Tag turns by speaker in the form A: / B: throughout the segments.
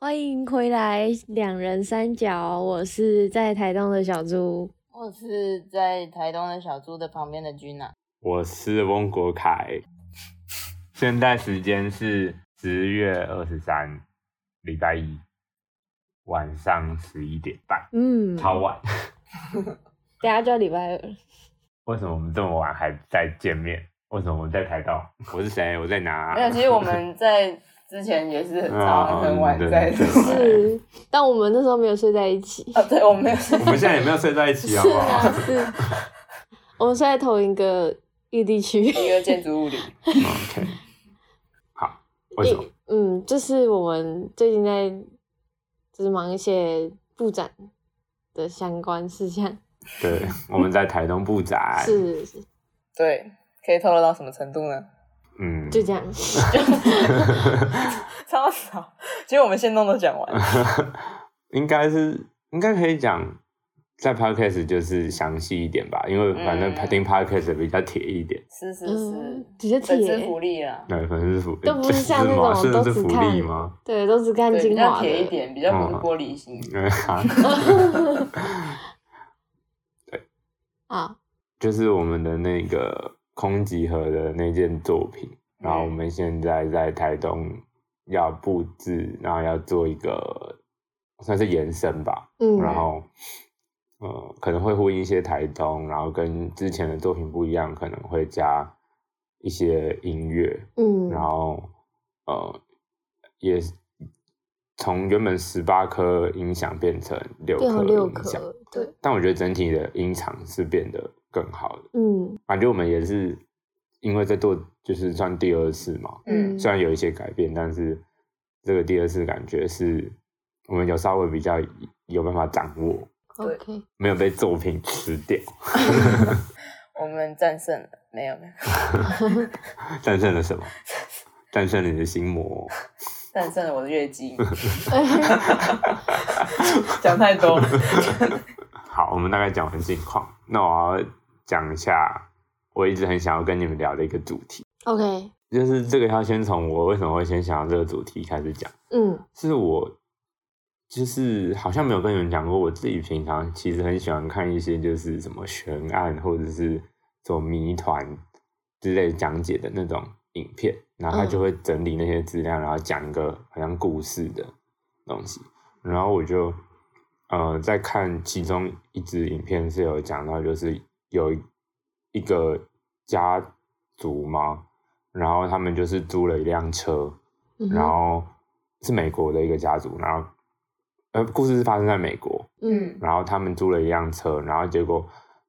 A: 欢迎回来，两人三角，我是在台东的小猪。
B: 我是在台东的小猪的旁边的君娜，
C: 我是翁国凯，现在时间是十月二十三，礼拜一晚上十一点半，
A: 嗯，
C: 超晚。
A: 等下就要礼拜二。
C: 为什么我们这么晚还在见面？为什么我们在台东？我是谁？我在哪？
B: 没有，其实我们在之前也是很早很晚在
C: 啊嗯对
A: 是，但我们那时候没有睡在一 起。
B: 啊，对，我们没有
C: 我们现在也没有睡在一起，好
A: 是
C: 不好？
A: 啊，是。我们睡在同一个异地区。
B: 一个建筑物里，
C: OK，好，为什么？
A: 嗯，就是我们最近在就是忙一些布展的相关事项。
C: 对，我们在台东布展，
A: 是，
B: 对，可以透露到什么程度呢？
C: 嗯，
A: 就这样。
B: 超少，其实我们现弄都讲完了，
C: 应该是应该可以讲，在 podcast 就是详细一点吧，因为反正
B: 嗯
C: 听 podcast 比较铁一点，
B: 是是
A: 嗯
B: 是，，
A: 直接
B: 粉丝
A: 铁。
B: 福利啦，
C: 对，粉丝福
A: 都不是像那种
C: 这 是什么
A: 都
C: 是
A: 只
C: 福
A: 看
C: 利吗？
A: 对，都只看
B: 对，比
A: 精
B: 较
A: 华
B: 铁一
A: 的。
B: 点，比较不是玻璃心。
C: 嗯啊，
A: 啊，
C: 就是我们的那个空集合的那件作品，
A: 嗯
C: 然后我们现在在台东要布置，然后要做一个算是延伸吧，
A: 嗯，
C: 然后呃可能会呼应一些台东，然后跟之前的作品不一样，可能会加一些音乐，
A: 嗯，
C: 然后呃也是从原本十八颗音响变成六
A: 变
C: 颗
A: 成六
C: 音响，
A: 颗，对，
C: 但我觉得整体的音场是变得更好的。
A: 嗯
C: 感觉我们也是因为在做就是算第二次嘛，
A: 嗯，
C: 虽然有一些改变，但是这个第二次感觉是我们有稍微比较有办法掌握，
B: 对
A: OK，
C: 没有被作品吃掉，
B: 我们战胜了，没有没有，
C: 战胜了什么？战胜了你的心魔。
B: 战胜了我的月经，讲太多，
C: 好，我们大概讲完近况，那我要讲一下我一直很想要跟你们聊的一个主题，
A: OK，
C: 就是这个要先从我为什么会先想到这个主题开始讲。
A: 嗯
C: 是我就是好像没有跟你们讲过，我自己平常其实很喜欢看一些就是什么悬案或者是什么谜团之类讲解的那种影片，然后他就会整理那些资料，然后讲一个好像故事的东西，然后我就呃在看其中一支影片是有讲到，就是有一一个家族嘛，然后他们就是租了一辆车，
A: 嗯哼，
C: 然后是美国的一个家族，然后呃，故事是发生在美国，
A: 嗯
C: 然后他们租了一辆车，然后结果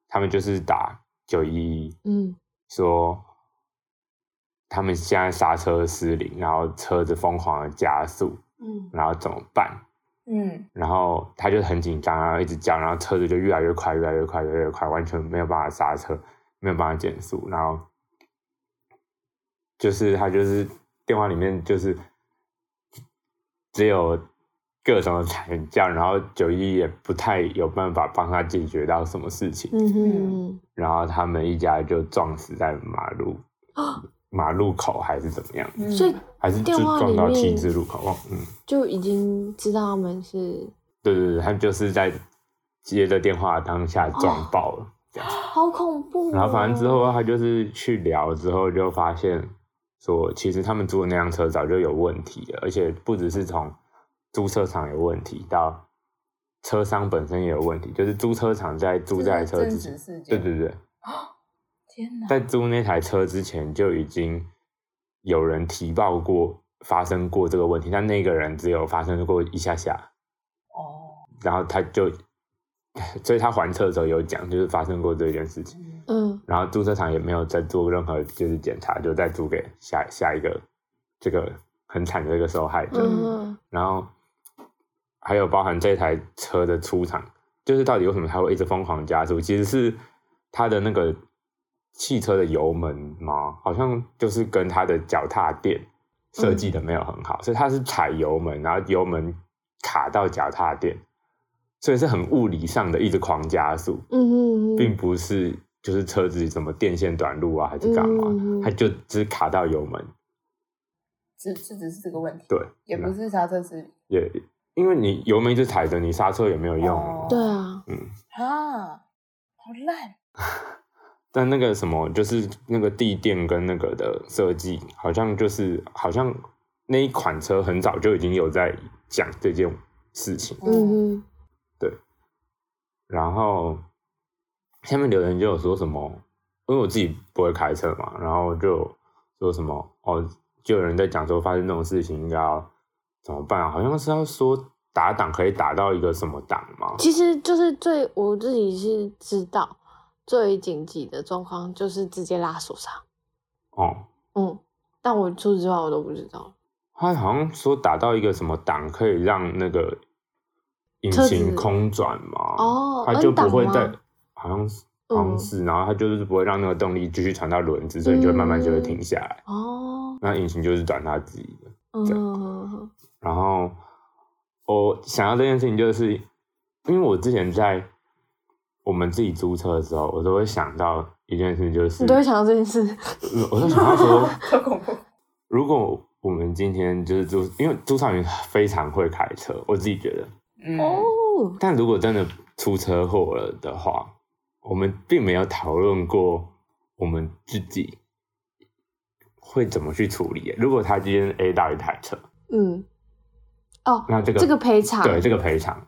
C: 他们就是打九一一
A: 嗯
C: 说他们现在刹车失灵，然后车子疯狂的加速，
A: 嗯
C: 然后怎么办？
B: 嗯，
C: 然后他就很紧张，然啊后一直叫，然后车子就越来越快，越来越快，越来越快，完全没有办法刹车，没有办法减速，然后就是他就是电话里面就是只有各种的惨叫，然后九一也不太有办法帮他解决到什么事情，
A: 嗯哼
C: 然后他们一家就撞死在马路马路口还是怎么样，
A: 哦嗯，所以
C: 还是就
A: 电话
C: 撞到
A: 里面
C: T 字路口，忘嗯。
A: 就已经知道他们是
C: 对对对，他就是在接的电话当下
B: 哦
C: 撞爆了，
A: 好恐怖哦，
C: 然后反正之后他就是去聊之后就发现说，其实他们租的那辆车早就有问题了，而且不只是从租车厂有问题到车商本身也有问题，就是租车厂在租这台车
B: 这
C: 之
B: 是真实
C: 前，
B: 事件，
C: 对对对，
B: 天哪，
C: 在租那台车之前就已经有人提报过发生过这个问题，但那个人只有发生过一下下，
B: 哦，
C: 然后他就，所以他还车的时候有讲，就是发生过这件事情。
B: 嗯
A: 嗯
C: 然后租车厂也没有再做任何就是检查，就再租给下下一个这个很惨的这个受害者。
A: 嗯
C: 然后还有包含这台车的出厂，就是到底为什么它会一直疯狂加速？其实是它的那个汽车的油门吗？好像就是跟它的脚踏垫
A: 嗯
C: 设计的没有很好，所以它是踩油门，然后油门卡到脚踏垫，所以是很物理上的一直狂加速，
A: 嗯嗯，
C: 并不是就是车子什么电线短路啊还是干嘛，
A: 嗯嗯嗯
C: 它就只卡到油门，
B: 这这只是这个问题，
C: 对，
B: 也不是刹车失灵，
C: 也因为你油门一直踩着，你刹车也没有用。嗯
D: 哦
A: 对啊，
D: 啊，好烂，
C: 但那个什么，就是那个地垫跟那个的设计，好像就是好像那一款车很早就已经有在讲这件事情。
D: 嗯，
A: 嗯哼，
C: 然后下面留言就有说什么，因为我自己不会开车嘛，然后就说什么哦，就有人在讲说发生这种事情应该要怎么办、啊，好像是要说打档可以打到一个什么档嘛，
A: 其实就是最我自己是知道最紧急的状况就是直接拉手刹，
C: 哦，
A: 嗯，但我除此之外我都不知道，
C: 他好像说打到一个什么档可以让那个引
A: 车
C: 擎
A: 子
C: 空转嘛，
A: 哦
C: 它就
A: N 档
C: 不会再
A: 吗嗯
C: 好像是好像是，然后它就是不会让那个动力继续传到轮子，所以你就会慢慢就会停下来，
A: 哦，
C: 那引擎就是转它自己的。
A: 嗯，
C: 然后我想到这件事情，就是因为我之前在我们自己租车的时候，我都会想到一件事，就是
A: 你都会想到这件事，
C: 我就想到说。
D: 超恐怖。
C: 如果我们今天就是朱，因为朱少云非常会开车，我自己觉得。
D: 嗯，
A: 哦，
C: 但如果真的出车祸了的话，我们并没有讨论过我们自己会怎么去处理。如果他今天 A 到一台车，
A: 嗯，哦，
C: 那这个
A: 这个赔偿，
C: 对这个赔偿，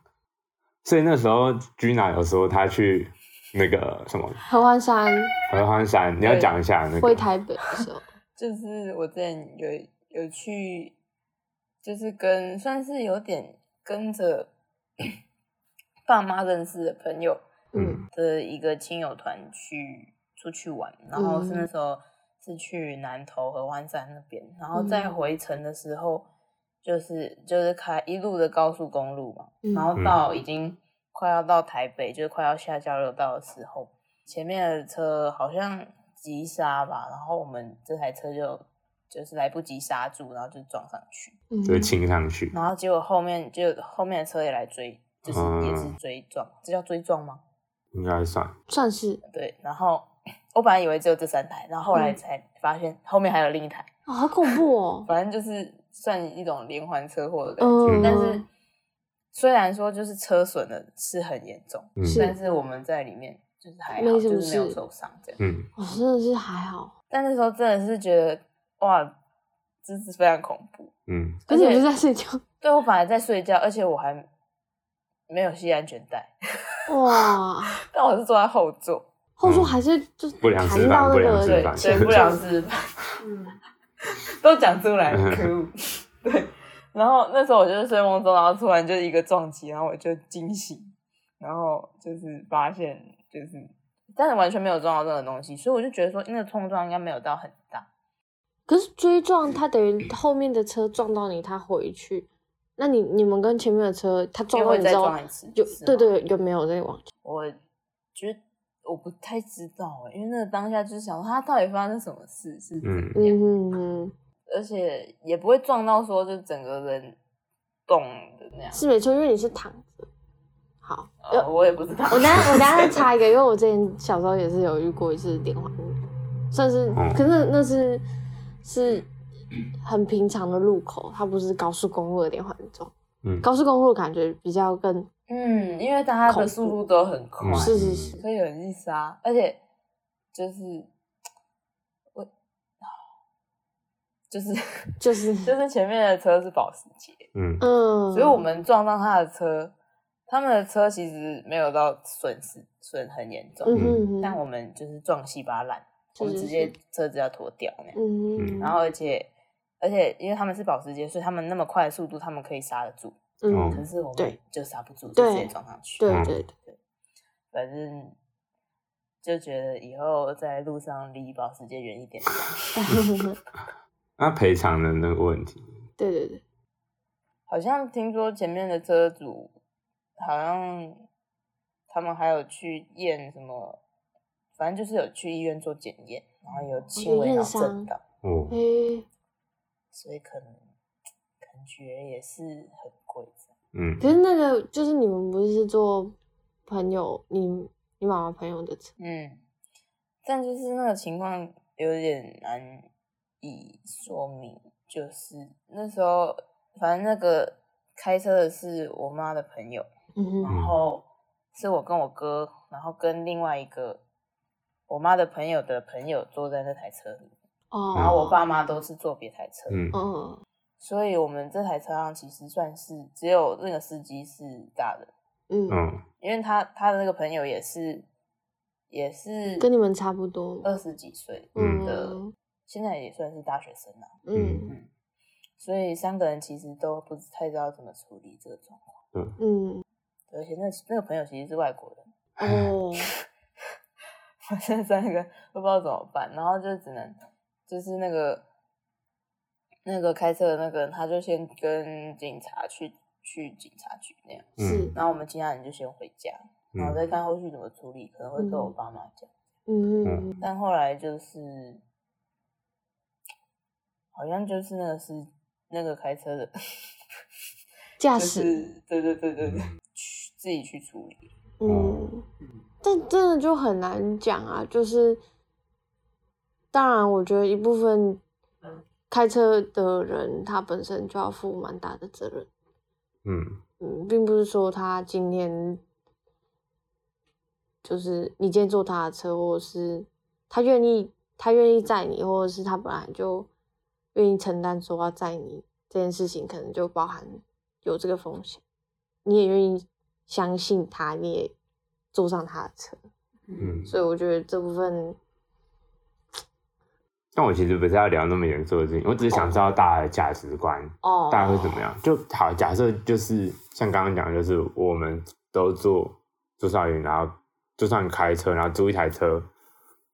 C: 所以那时候 Gina 有说他去那个什么
A: 合欢山
C: 合欢山，你要
D: 对
C: 讲一下那
A: 回
C: 个
A: 台北的时候，
D: 就是我之前有有去，就是跟算是有点跟着 爸妈认识的朋友
A: 嗯
D: 的一个亲友团去出去玩，然后是
A: 嗯
D: 那时候是去南投合欢山那边，然后再
A: 嗯
D: 回程的时候，就是就是开一路的高速公路嘛，
A: 嗯
D: 然后到已经快要到台北，就是快要下交流道的时候，前面的车好像急刹吧，然后我们这台车就就是来不及刹住，然后就撞上去，
A: 嗯，
C: 就亲上去，
D: 然后结果后面就后面的车也来追，就是也是
C: 嗯
D: 追撞，这叫追撞吗？
C: 应该算
A: 算是
D: 对，然后 我本来以为只有这三台，然后后来
A: 嗯
D: 才发现后面还有另一台，
A: 哦，好恐怖哦，
D: 反正就是算一种连环车祸的感觉。
A: 嗯，
D: 但是虽然说就是车损的是很严重，
C: 嗯
A: 是
D: 但是我们在里面就是还好，
A: 没什么
D: 就是没有
A: 事
D: 受伤这样。
C: 嗯，
A: 我哦真的是还好，
D: 但那时候真的是觉得哇，这是非常恐怖。
C: 嗯
A: 可
D: 而
A: 是
D: 且
A: 你不是在睡觉，
D: 对我本来在睡觉，而且我还没有系安全带，
A: 哇，
D: 但我是坐在后座，
A: 后座还是就是
C: 嗯不良
A: 弹
C: 示范
A: 到那
C: 不良示
A: 个
D: 对
C: 范
D: 对，不良示范。
A: 嗯
D: 都讲出来，可恶。对，然后那时候我就是睡梦中，然后突然就是一个撞击，然后我就惊醒，然后就是发现就是，但是完全没有撞到任何东西，所以我就觉得说那个冲撞应该没有到很大。
A: 可是追撞，他等于后面的车撞到你，他回去。那你你们跟前面的车，他撞
D: 又
A: 到
D: 会
A: 你
D: 再
A: 之后
D: 撞一次，
A: 有
D: 是
A: 对
D: 吗
A: 对，有没有在往前？
D: 我觉得我不太知道、欸，因为那个当下就是想说他啊到底发生什么事是怎
C: 嗯
D: 样，
A: 嗯哼哼，
D: 而且也不会撞到说就整个人动的那样。
A: 是没错，因为你是躺着。好，
D: 呃我也不知道，
A: 我等下我等下再插一个，因为我之前小时候也是有遇过一次连环，算是
C: 嗯，
A: 可是那那是是很平常的路口，它不是高速公路的连环撞。
C: 嗯
A: 高速公路感觉比较更
D: 嗯，因为大家的速度都很快，
C: 嗯
A: 是是是，
D: 所以很易杀，啊而且就是我，就是
A: 就是
D: 就是前面的车是保时捷，
C: 嗯
A: 嗯，
D: 所以我们撞到他的车，他们的车其实没有到损失损很严重，
A: 嗯哼哼，
D: 但我们就是撞稀巴烂，
A: 是
D: 我们
A: 是
D: 直接
A: 是
D: 车子要脱掉那样，
A: 嗯哼哼，
D: 然后而且。而且，因为他们是保时捷，所以他们那么快的速度，他们可以刹得住。
A: 嗯
C: 哦
D: 可是我们
A: 对
D: 就刹不住，就
A: 对
D: 直接撞上去。
A: 对
C: 嗯
A: 对对，
D: 反正就觉得以后在路上离保时捷远一点。
C: 那赔偿的那个问题，
A: 对对对，
D: 好像听说前面的车主，好像他们还有去验什么，反正就是有去医院做检验，然后有轻
A: 哦
D: 微
A: 验
D: 脑
A: 伤
D: 震荡，
C: 哦，
A: 诶、
D: 所以可能感觉也是很贵这样。
C: 嗯
A: 可是那个就是你们不是坐朋友，你你妈妈朋友的车，
D: 嗯，但就是那个情况有点难以说明，就是那时候反正那个开车的是我妈的朋友，
A: 嗯
D: 然后是我跟我哥，然后跟另外一个我妈的朋友的朋友坐在那台车里，
A: 哦，
D: 然后我爸妈都是坐别台车，
C: 嗯
A: 嗯
D: 所以我们这台车上其实算是只有那个司机是大人，
A: 嗯嗯，
C: 嗯
D: 因为他他的那个朋友也是也是
A: 跟你们差不多，
D: 二十几岁，
C: 嗯
A: 嗯
D: 现在也算是大学生了、
A: 嗯
D: 所以三个人其实都不太知道怎么处理这个状况，
A: 嗯
D: 而且那那个朋友其实是外国人。
C: 嗯
A: 哦，
D: 我现在三个都不知道怎么办，然后就只能就是那个那个开车的那个人，他就先跟警察去去警察局那样，
A: 是
C: 嗯
D: 然后我们其他人就先回家，然后再
C: 嗯
D: 看后续怎么处理，可能会跟我爸妈讲。
A: 嗯嗯
D: 但后来就是好像就是那个是那个开车的，
A: 驾
D: 就
A: 驶，
D: 是对对对对对，去自己去处理。
A: 嗯，但真的就很难讲啊，就是，当然我觉得一部分开车的人他本身就要负蛮大的责任。
C: 嗯
A: 嗯，并不是说他今天就是你今天坐他的车，或者是他愿意他愿意载你，或者是他本来就愿意承担说要载你这件事情，可能就包含有这个风险。你也愿意相信他，你也坐上他的车，
C: 嗯。
A: 所以我觉得这部分
C: 但我其实不是要聊那么严肃的事情，我只是想知道大家的价值观。
A: 哦，
C: 大概会怎么样？就好，假设就是像刚刚讲，就是我们都坐坐上云，然后就算开车，然后租一台车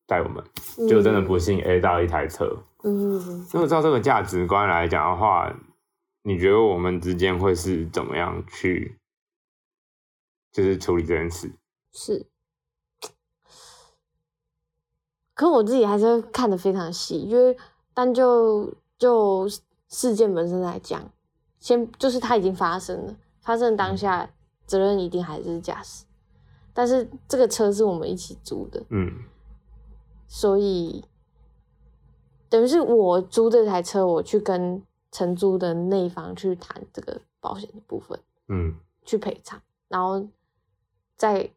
C: 带我们，就真的不幸 A 到一台车。
A: 嗯，
C: 如果照这个价值观来讲的话，你觉得我们之间会是怎么样去，就是处理这件事？
A: 是。可我自己还是看得非常细，因为但就就事件本身来讲，先就是它已经发生了，发生的当下责任一定还是驾驶，但是这个车是我们一起租的，
C: 嗯
A: 所以等于是我租这台车，我去跟承租的那一方去谈这个保险的部分。
C: 嗯
A: 去赔偿，然后再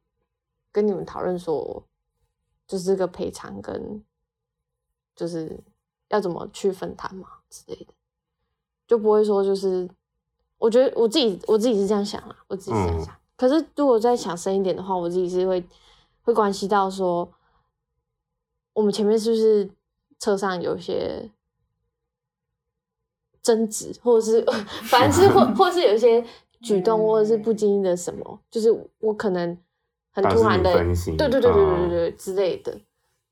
A: 跟你们讨论说，就是这个赔偿跟就是要怎么去分摊嘛之类的，就不会说就是，我觉得我自己我自己是这样想啊，我自己是这样想。可是如果再想深一点的话，我自己是会会关系到说，我们前面是不是车上有一些争执，或者是
C: 嗯
A: 反正是 或或是有一些举动，或者是不经意的什么，就是我可能很突然的
C: 导致你分心，
A: 对对对对对对
C: 嗯
A: 对之类的，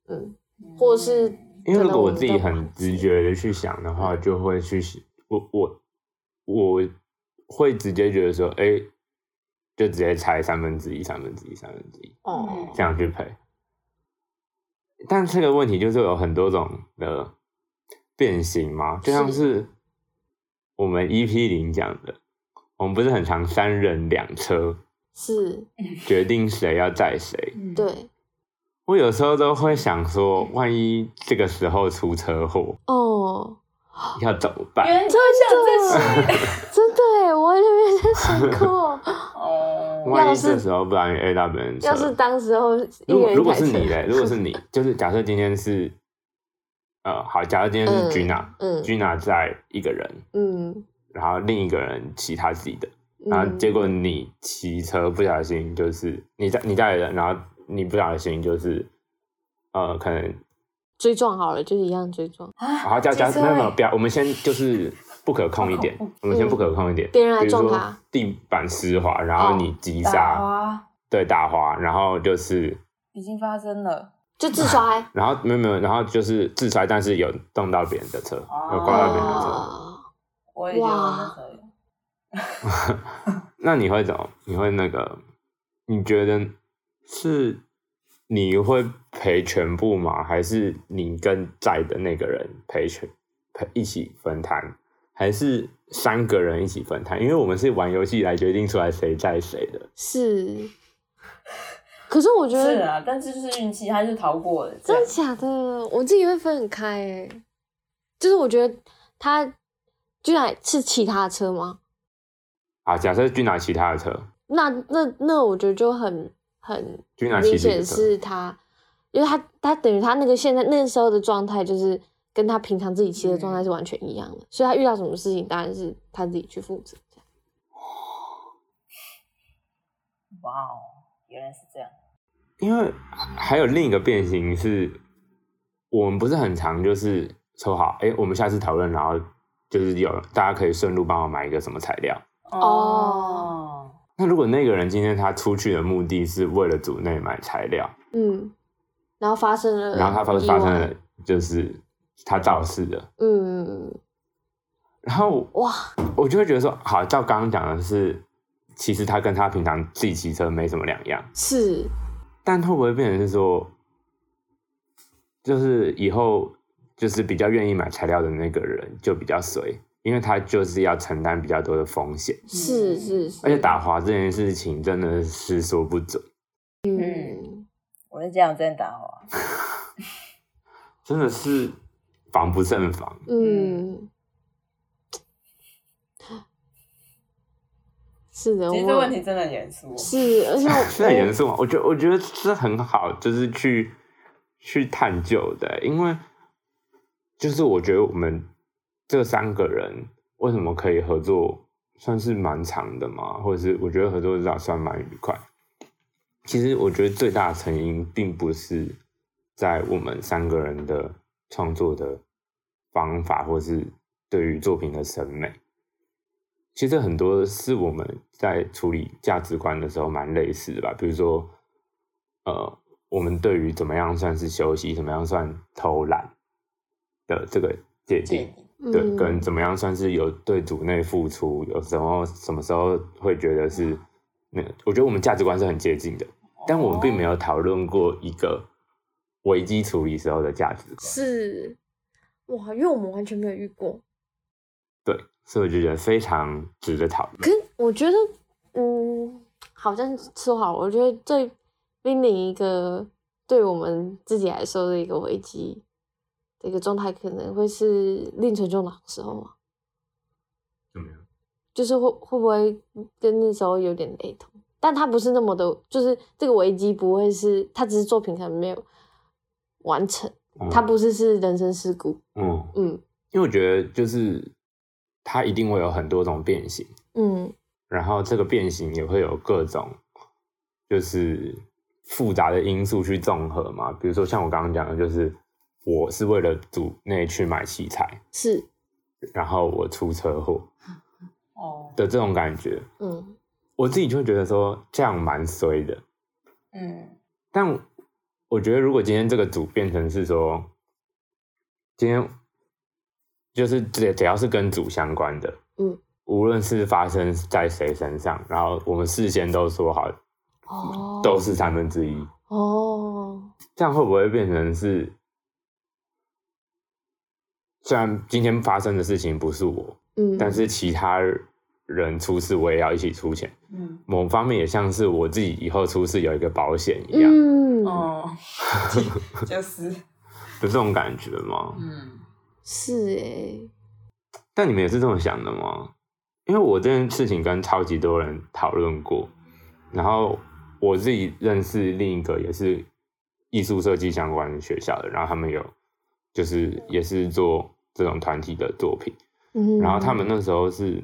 A: 嗯，或是
D: 嗯
C: 因为如
A: 可
C: 果
A: 能
C: 我
A: 们
C: 自己
A: 都
C: 很直觉的去想的话，就会去我我我会直接觉得说，哎、就直接拆三分之一、三分之一、三分之一
A: 哦，
C: 这样去赔。但这个问题就是有很多种的变形嘛，就像是我们 EP 零讲的，我们不是很常三人两车
A: 是
C: 决定谁要载谁，
D: 嗯，
A: 对
C: 我有时候都会想说，万一这个时候出车祸
A: 哦，
C: 要怎么办？
D: 原车像这些
A: 真的耶，我也没在想过，
D: 哦，
C: 万
A: 要
C: 一
A: 是
C: 这时候不小心 A 到别人车，
A: 要是当时候
C: 如
A: 一
C: 果
A: 人
C: 如
A: 一
C: 果
A: 台
C: 是
A: 车，
C: 你嘞，如果是你，就是假设今天是，呃，好，假设今天是
A: 嗯
C: Gina，Gina、
A: 嗯
C: Gina 在一个人，
A: 嗯，
C: 然后另一个人骑他自己的，然后
A: 嗯
C: 结果你骑车不小心就是你在你带人，然后你不小心就是，呃，可能
A: 追撞好了，就是一样追撞，
C: 好，假假
D: 骑车
C: 没有没有，
D: 欸
C: 不要，我们先就是不可控一点
D: 好恐，
C: 我们先
A: 嗯
C: 不可控一点，
A: 别人来
C: 比如
A: 撞
C: 说
A: 他
C: 地板湿滑，然后
A: 哦
C: 你急
D: 打
C: 刹，
D: 花
C: 对打滑，然后就是。
D: 已经发生了，
A: 就自
D: 哎
A: 摔
C: 然后没有没有，然后就是自摔，但是有动到别人的车，有刮到别人的车。
A: 哦，
D: 我也觉得
A: 哇
D: 那时候有。
C: 那你会怎么？你会那个？你觉得是你会赔全部吗？还是你跟在的那个人赔全赔一起分摊？还是三个人一起分摊？因为我们是玩游戏来决定出来谁在谁的。
A: 是。可是我觉
D: 是
A: 得
D: 啊，但是就是运气，他就逃过了。这
A: 真的
D: 样
A: 假的？我自己会分很开欸诶、就是我觉得他居然是骑他的车吗？
C: 啊，假设君拿其他的车，
A: 那那那我觉得就很很
C: 君拿其
A: 明
C: 实也
A: 显
C: 不错
A: 是他，因为他他等于他那个现在那时候的状态，就是跟他平常自己骑
D: 嗯
A: 的状态是完全一样的，所以他遇到什么事情当然是他自己去负责。
B: 哇哦，原来是这样。
C: 因为还有另一个变形是，我们不是很常就是说好，哎、我们下次讨论，然后就是有大家可以顺路帮我买一个什么材料。
A: 哦，
C: 那如果那个人今天他出去的目的是为了组内买材料，
A: 嗯，然后发生了，
C: 然后他发发生
A: 呃意
C: 了
A: 外，
C: 就是他肇事了，
A: 嗯，
C: 然后
A: 哇，
C: 我就会觉得说，好，照刚刚讲的是，其实他跟他平常自己骑车没什么两样，
A: 是
C: 但会不会变成是说，就是以后就是比较愿意买材料的那个人就比较随，因为他就是要承担比较多的风险，
A: 是是是，
C: 嗯而且打滑这件事情真的是说不准，
A: 嗯，
B: 我是这样真的打滑。
C: 真的是防不胜防。
A: 嗯，是的，
B: 其实
A: 我
B: 这问题真的很严
D: 哦
B: 肃。
A: 嗯是，而且 我
C: 是很严肃吗？我觉得我觉得是很好，就是去去探究的，因为就是我觉得我们这三个人为什么可以合作，算是蛮长的嘛，或者是我觉得合作至少算蛮愉快。其实我觉得最大的成因并不是在我们三个人的创作的方法，或是对于作品的审美，其实很多是我们在处理价值观的时候蛮类似的吧，比如说，呃，我们对于怎么样算是休息，怎么样算偷懒的这个界定，对，
A: 嗯
C: 跟怎么样算是有对组内付出，有时候什么时候会觉得是那个，我觉得我们价值观是很接近的，但我们并没有讨论过一个危机处理时候的价值观，
A: 是哇，因为我们完全没有遇过。
C: 对，所以我就觉得非常值得讨论。
A: 可是我觉得，嗯，好像说好，我觉得最濒临一个对我们自己来说的一个危机的一个状态，可能会是另存重脑的时候嘛，
C: 怎么样？
A: 就是会会不会跟那时候有点雷同？但它不是那么的，就是这个危机不会是，它只是作品可能没有完成，它不是是人生事故，
C: 嗯。
A: 嗯
C: 因为我觉得就是它一定会有很多种变形，
A: 嗯
C: 然后这个变形也会有各种就是复杂的因素去综合嘛。比如说像我刚刚讲的，就是我是为了组内去买器材，
A: 是
C: 然后我出车祸
B: 哦，
C: 的这种感觉，
A: 嗯
C: 我自己就会觉得说这样蛮衰的。
B: 嗯，
C: 但我觉得，如果今天这个组变成是说，今天就是只只要是跟组相关的，
A: 嗯，
C: 无论是发生在谁身上，然后我们事先都说好，
A: 哦
C: 都是三分之一，
A: 哦
C: 这样会不会变成是？虽然今天发生的事情不是我，
A: 嗯，
C: 但是其他人出事我也要一起出钱。
B: 嗯，
C: 某方面也像是我自己以后出事有一个保险一样
A: 嗯
B: 哦，就是，
C: 的这种感觉吗？
B: 嗯，
A: 是诶、
C: 但你们也是这么想的吗？因为我这件事情跟超级多人讨论过，然后我自己认识另一个也是艺术设计相关的学校的，然后他们有就是也是做这种团体的作品，
A: 嗯，
C: 然后他们那时候是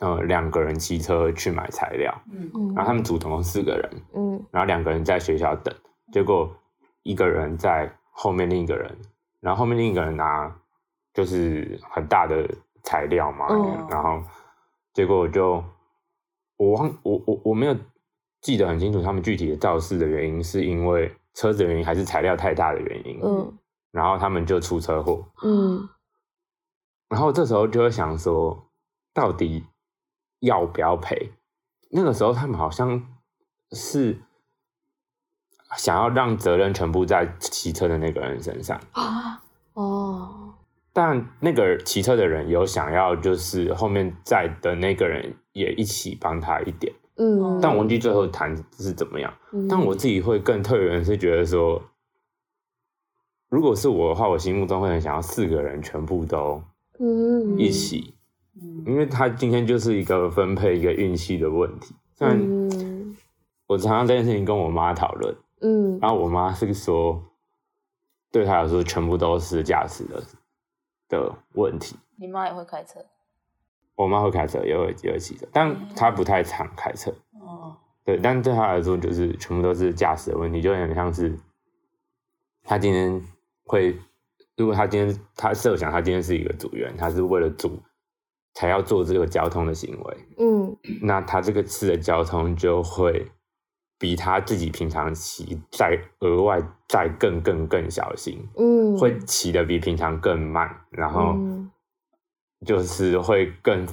C: 呃两个人骑车去买材料，
B: 嗯，
A: 嗯，
C: 然后他们组总共四个人，
A: 嗯
C: 然后两个人在学校等，结果一个人在后面另一个人，然后后面另一个人拿就是很大的材料嘛，
A: 嗯
C: 然后结果我就我忘我我我没有记得很清楚他们具体的肇事的原因，是因为车子的原因还是材料太大的原因，
A: 嗯
C: 然后他们就出车祸，
A: 嗯
C: 然后这时候就会想说，到底要不要赔？那个时候他们好像是想要让责任全部在骑车的那个人身上，
A: 啊哦
C: 但那个骑车的人有想要就是后面在的那个人也一起帮他一点，
A: 嗯，
C: 哦但我忘记最后谈是怎么样。
A: 嗯
C: 但我自己会更退人是觉得说，如果是我的话，我心目中会很想要四个人全部都
A: 嗯
C: 一起
D: 嗯
C: 因为它今天就是一个分配一个运气的问题。虽然
A: 嗯
C: 我常常这件事情跟我妈讨论，
A: 嗯
C: 然后我妈是说，对她来说全部都是驾驶的的问题。
D: 你妈也会开车，
C: 我妈会开车，也会也会骑车，但她不太常开车。
D: 哦，
C: 对，但对他来说就是全部都是驾驶的问题，就有点像是他今天会，如果他今天他设想他今天是一个组员，他是为了组才要做这个交通的行为，
A: 嗯
C: 那他这个次的交通就会比他自己平常骑再额外再更更更小心，
A: 嗯，
C: 会骑的比平常更慢，然后
A: 嗯
C: 就是会更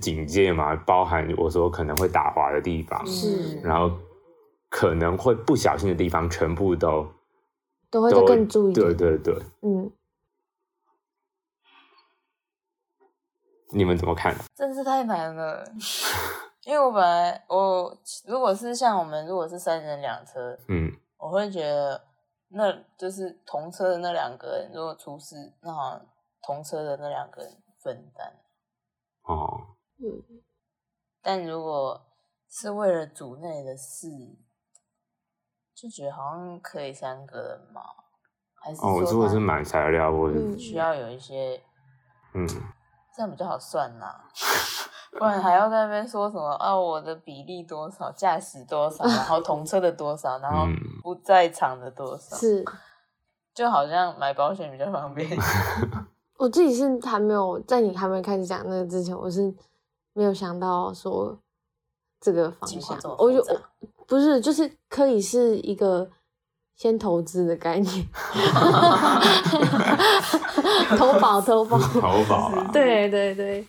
C: 警戒嘛，包含我说可能会打滑的地方，
A: 是
C: 然后可能会不小心的地方，全部都
A: 都会再
C: 都
A: 更注意。
C: 对对对，
A: 嗯，
C: 你们怎么看？
D: 真是太难了。 因为我本来我如果是像我们如果是三人两车，
C: 嗯，
D: 我会觉得那就是同车的那两个人如果出事，那好像同车的那两个人分担。
C: 哦，
D: 但如果是为了组内的事，就觉得好像可以三个人嘛，还是
C: 哦，我
D: 说
C: 如果
D: 他
C: 是买材料，我是
A: 嗯
D: 需要有一些，
C: 嗯
D: 这样比较好算呐、 不然还要在那边说什么啊？我的比例多少，驾驶多少，然后同车的多少，然后
C: 嗯
D: 不在场的多少，
A: 是
D: 就好像买保险比较方 便。
A: 我自己是还没有在你还没开始讲那个之前，我是没有想到说这个方
D: 情
A: 向
D: 况这么，
A: 我就
D: 复杂
A: 我不是就是可以是一个先投资的概 念，投保投 保，
C: 淘宝 啊，
A: 对对对，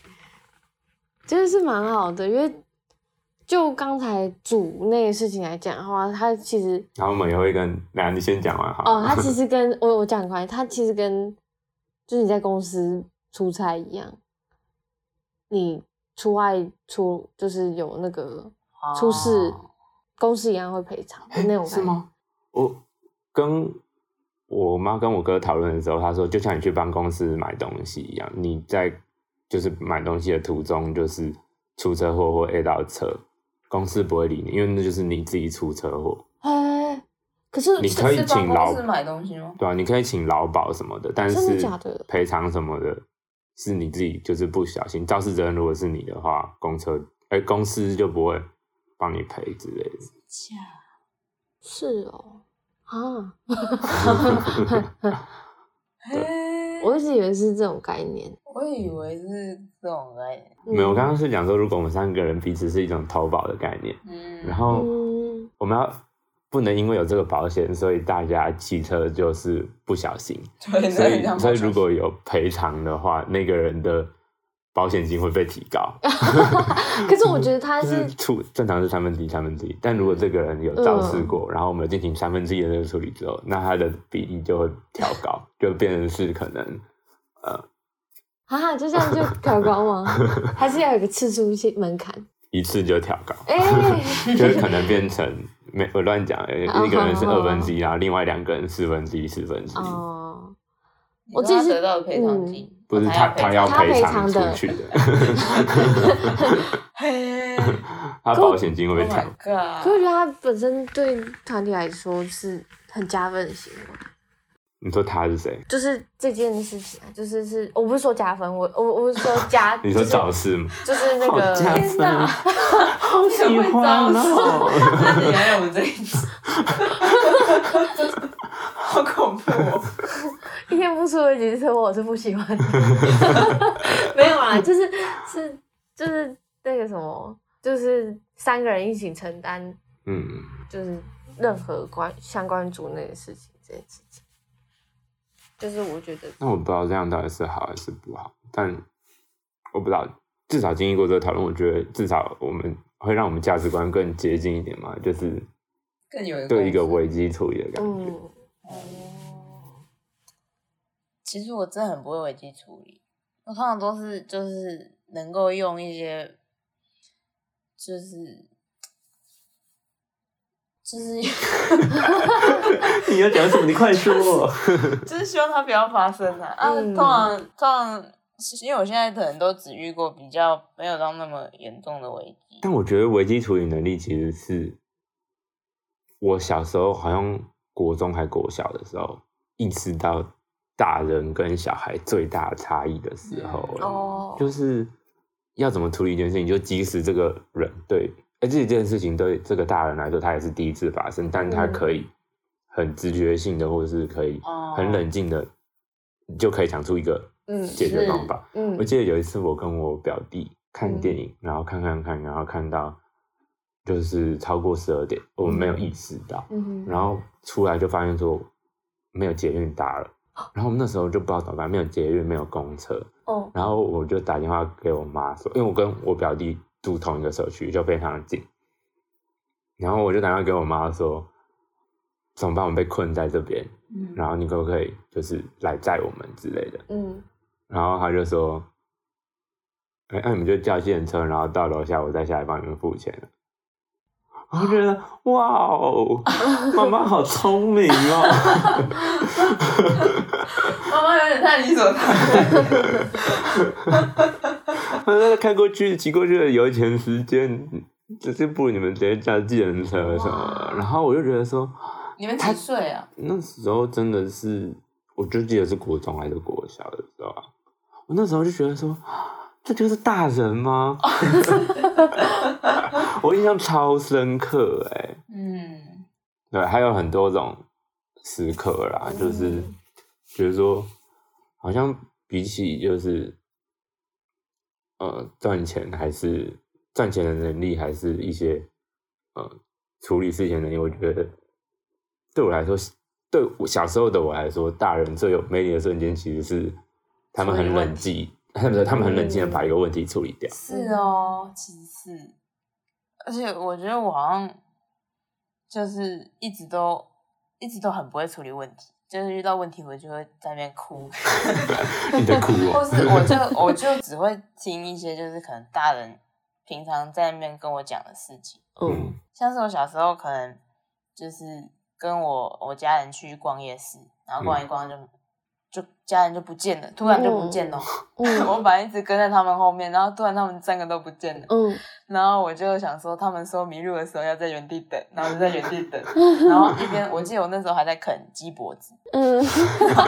A: 真的是蛮好的，因为就刚才组那个事情来讲的话，它其实
C: 然后我们也会跟，那你先讲完好
A: 哦，
C: 了，
A: 它 其实跟我我讲很快，它其实跟就是你在公司出差一样，你出外出就是有那个出事，
D: 哦
A: 公司一样会赔偿的那种
C: 是
A: 感觉。
C: 吗？我跟我妈跟我哥讨论的时候，他说，就像你去帮公司买东西一样，你在就是买东西的途中，就是出车祸或 A 到车，公司不会理你，因为那就是你自己出车祸。
A: 哎，可是
C: 你可以
D: 是帮
C: 请老
D: 公司买东西吗？
C: 对啊，你可以请劳保什么的，但
A: 真的
C: 是
A: 假的
C: 赔偿什么的，是你自己就是不小心。肇事责任如果是你的话，公车哎、公司就不会帮你赔之类
A: 嗯
C: 的。
A: 是哦，啊，
D: 嘿
A: 我一直以为是这种概念。
D: 我以为是这种概念，
C: 没有，我
A: 嗯
C: 刚刚是讲说，如果我们三个人彼此是一种投保的概念，
D: 嗯，
C: 然后
A: 嗯
C: 我们要不能因为有这个保险，所以大家骑车就是不小心。
D: 对，
C: 所以
D: 那很
C: 所以如果有赔偿的话，那个人的保险金会被提高。
A: 可是我觉得它
C: 嗯就是是处正常是三分之一，三分之一。但如果这个人有肇事过，
A: 嗯
C: 然后我们进行三分之一的这个处理之后，那他的比例就会调 高，就变成是可能
A: 啊，就这样就调高 吗？还是要有个次数性门槛？
C: 一次就调 高，
A: 哎、
C: 就是可能变成没我乱 讲，
A: 好
C: 一个人是
A: 好好
C: 二分之一，然后另外两个人四分之一、四分之一，
A: 嗯哦，
D: 你
A: 我
D: 说
A: 自己
D: 他
A: 是嗯
D: 得到的赔偿金，
C: 不是
D: 哦
C: 他他 要
A: 他
C: 赔
A: 赔
C: 偿
A: 偿
C: 出
A: 的
C: 去的，
D: 赔偿金，
C: 他保险金会
D: Oh
C: 被调
D: my。god！
A: 可我觉得他本身对团体来说是很加分的行为，
C: 你说他是谁？，
A: 就是这件事情啊，就是是我不是说加分，我我我是说加
C: 你说
A: 就是
C: 肇事吗？
A: 就是那
C: 好加
A: 个，
C: 分啊，好喜欢哦！
D: 那你还有我们这一集， 好恐怖哦！
A: 一天不出一集车祸我是不喜欢的，没有啊，就是是就是那个什么，就是三个人一起承担，
C: 嗯，
A: 就是任何关相关组内的事情这件事情，就是我觉得
C: 那我不知道这样到底是好还是不好，但我不知道，至少经历过这个讨论，我觉得至少我们会让我们价值观更接近一点嘛，就是
D: 更有
C: 对一个
D: 共识
C: 危机处理的感觉。
A: 嗯。
D: 其实我真的很不会危机处理，我通常都是就是能够用一些，就是就是
C: 你要讲什么？你快说。
D: 就是希望它不要发生啊！啊，
A: 嗯
D: 通常通常因为我现在可能都只遇过比较没有到那么严重的危机。
C: 但我觉得危机处理能力其实是我小时候好像国中还国小的时候意识到大人跟小孩最大的差异的时候
A: 嗯
C: 了，
D: 哦
C: 就是要怎么处理一件事情，就即使这个人对，而且这件事情对这个大人来说他也是第一次发生，但他
D: 嗯
C: 可以很直觉性的，或者是可以
D: 哦
C: 很冷静的，就可以讲出一个
A: 嗯
C: 解决方法。
A: 嗯
C: 我记得有一次我跟我表弟看
A: 嗯
C: 电影，然后看看看，然后看到就是超过十二点，我们没有意识到，
A: 嗯哼，
C: 然后出来就发现说没有捷运搭了，然后我们那时候就不知道怎么办，没有捷运，没有公车，
A: 哦，
C: 然后我就打电话给我妈说，因为我跟我表弟住同一个社区，就非常近。然后我就打电话给我妈说，怎么办？我们被困在这边，
D: 嗯
C: 然后你可不可以就是来载我们之类的？
A: 嗯
C: 然后他就说，哎、那、你们就叫计程车，然后到楼下我再下来帮你们付钱了。我觉得哇哦，妈妈好聪明哦！
D: 妈妈有点太理所当然。
C: 那开过去骑过去的油钱时间，只是不如你们直接叫计程车什么的。然后我就觉得说，
D: 你们几岁啊？
C: 那时候真的是，我就记得是国中还是国小的时候啊，我那时候就觉得说，这就是大人吗？我印象超深刻哎、
D: 嗯，
C: 对，还有很多种时刻啦，就是
A: 嗯
C: 觉得说，好像比起就是，呃，赚钱还是赚钱的能力，还是一些呃处理事情的能力，我觉得对我来说，对我小时候的我来说，大人最有魅力的瞬间，其实是他们
D: 处理
C: 很
D: 问嗯
C: 冷静， 他们他们很冷静的把一个问题处理 掉。
D: 是哦，其实，而且我觉得我好像就是一直都一直都很不会处理问题，就是遇到问题我就会在那边哭。
C: 你在哭
D: 或
C: 哦，
D: 是我就我就只会听一些就是可能大人平常在那边跟我讲的事情，
A: 嗯
C: 嗯
D: 像是我小时候可能就是跟我我家人去逛夜市，然后逛一逛就、就家人就不见了，突然就不见了。
A: 嗯
D: 我本来一直跟在他们后面，然后突然他们三个都不见了，
A: 嗯，
D: 然后我就想说，他们说迷路的时候要在原地等，然后我就在原地等，然后一边我记得我那时候还在啃鸡脖子，
A: 嗯，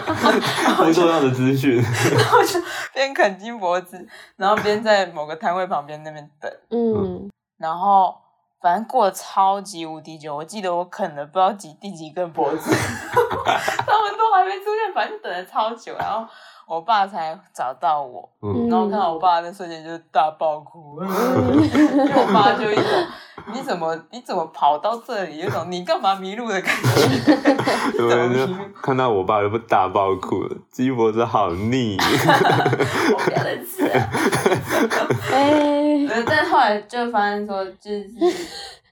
C: 不重要的资讯，
D: 然后就边啃金脖子，然后边在某个摊位旁边那边等，
A: 嗯，
D: 然后反正过得超级无敌久，我记得我啃了不知道几第几根脖子， 他们都还没出现，反正等了超久，然后我爸才找到我，
C: 嗯
D: 然后看到我爸那瞬间就大爆哭， 因为我爸就一种你怎么你怎么跑到这里，有一种你干嘛迷路的感觉。
C: 有人就
D: 怎么
C: 看到我爸就不大爆哭了，鸡脖子好腻。
D: 我不要再吃了。
A: 哎，
D: 可是但后来就发现说，就是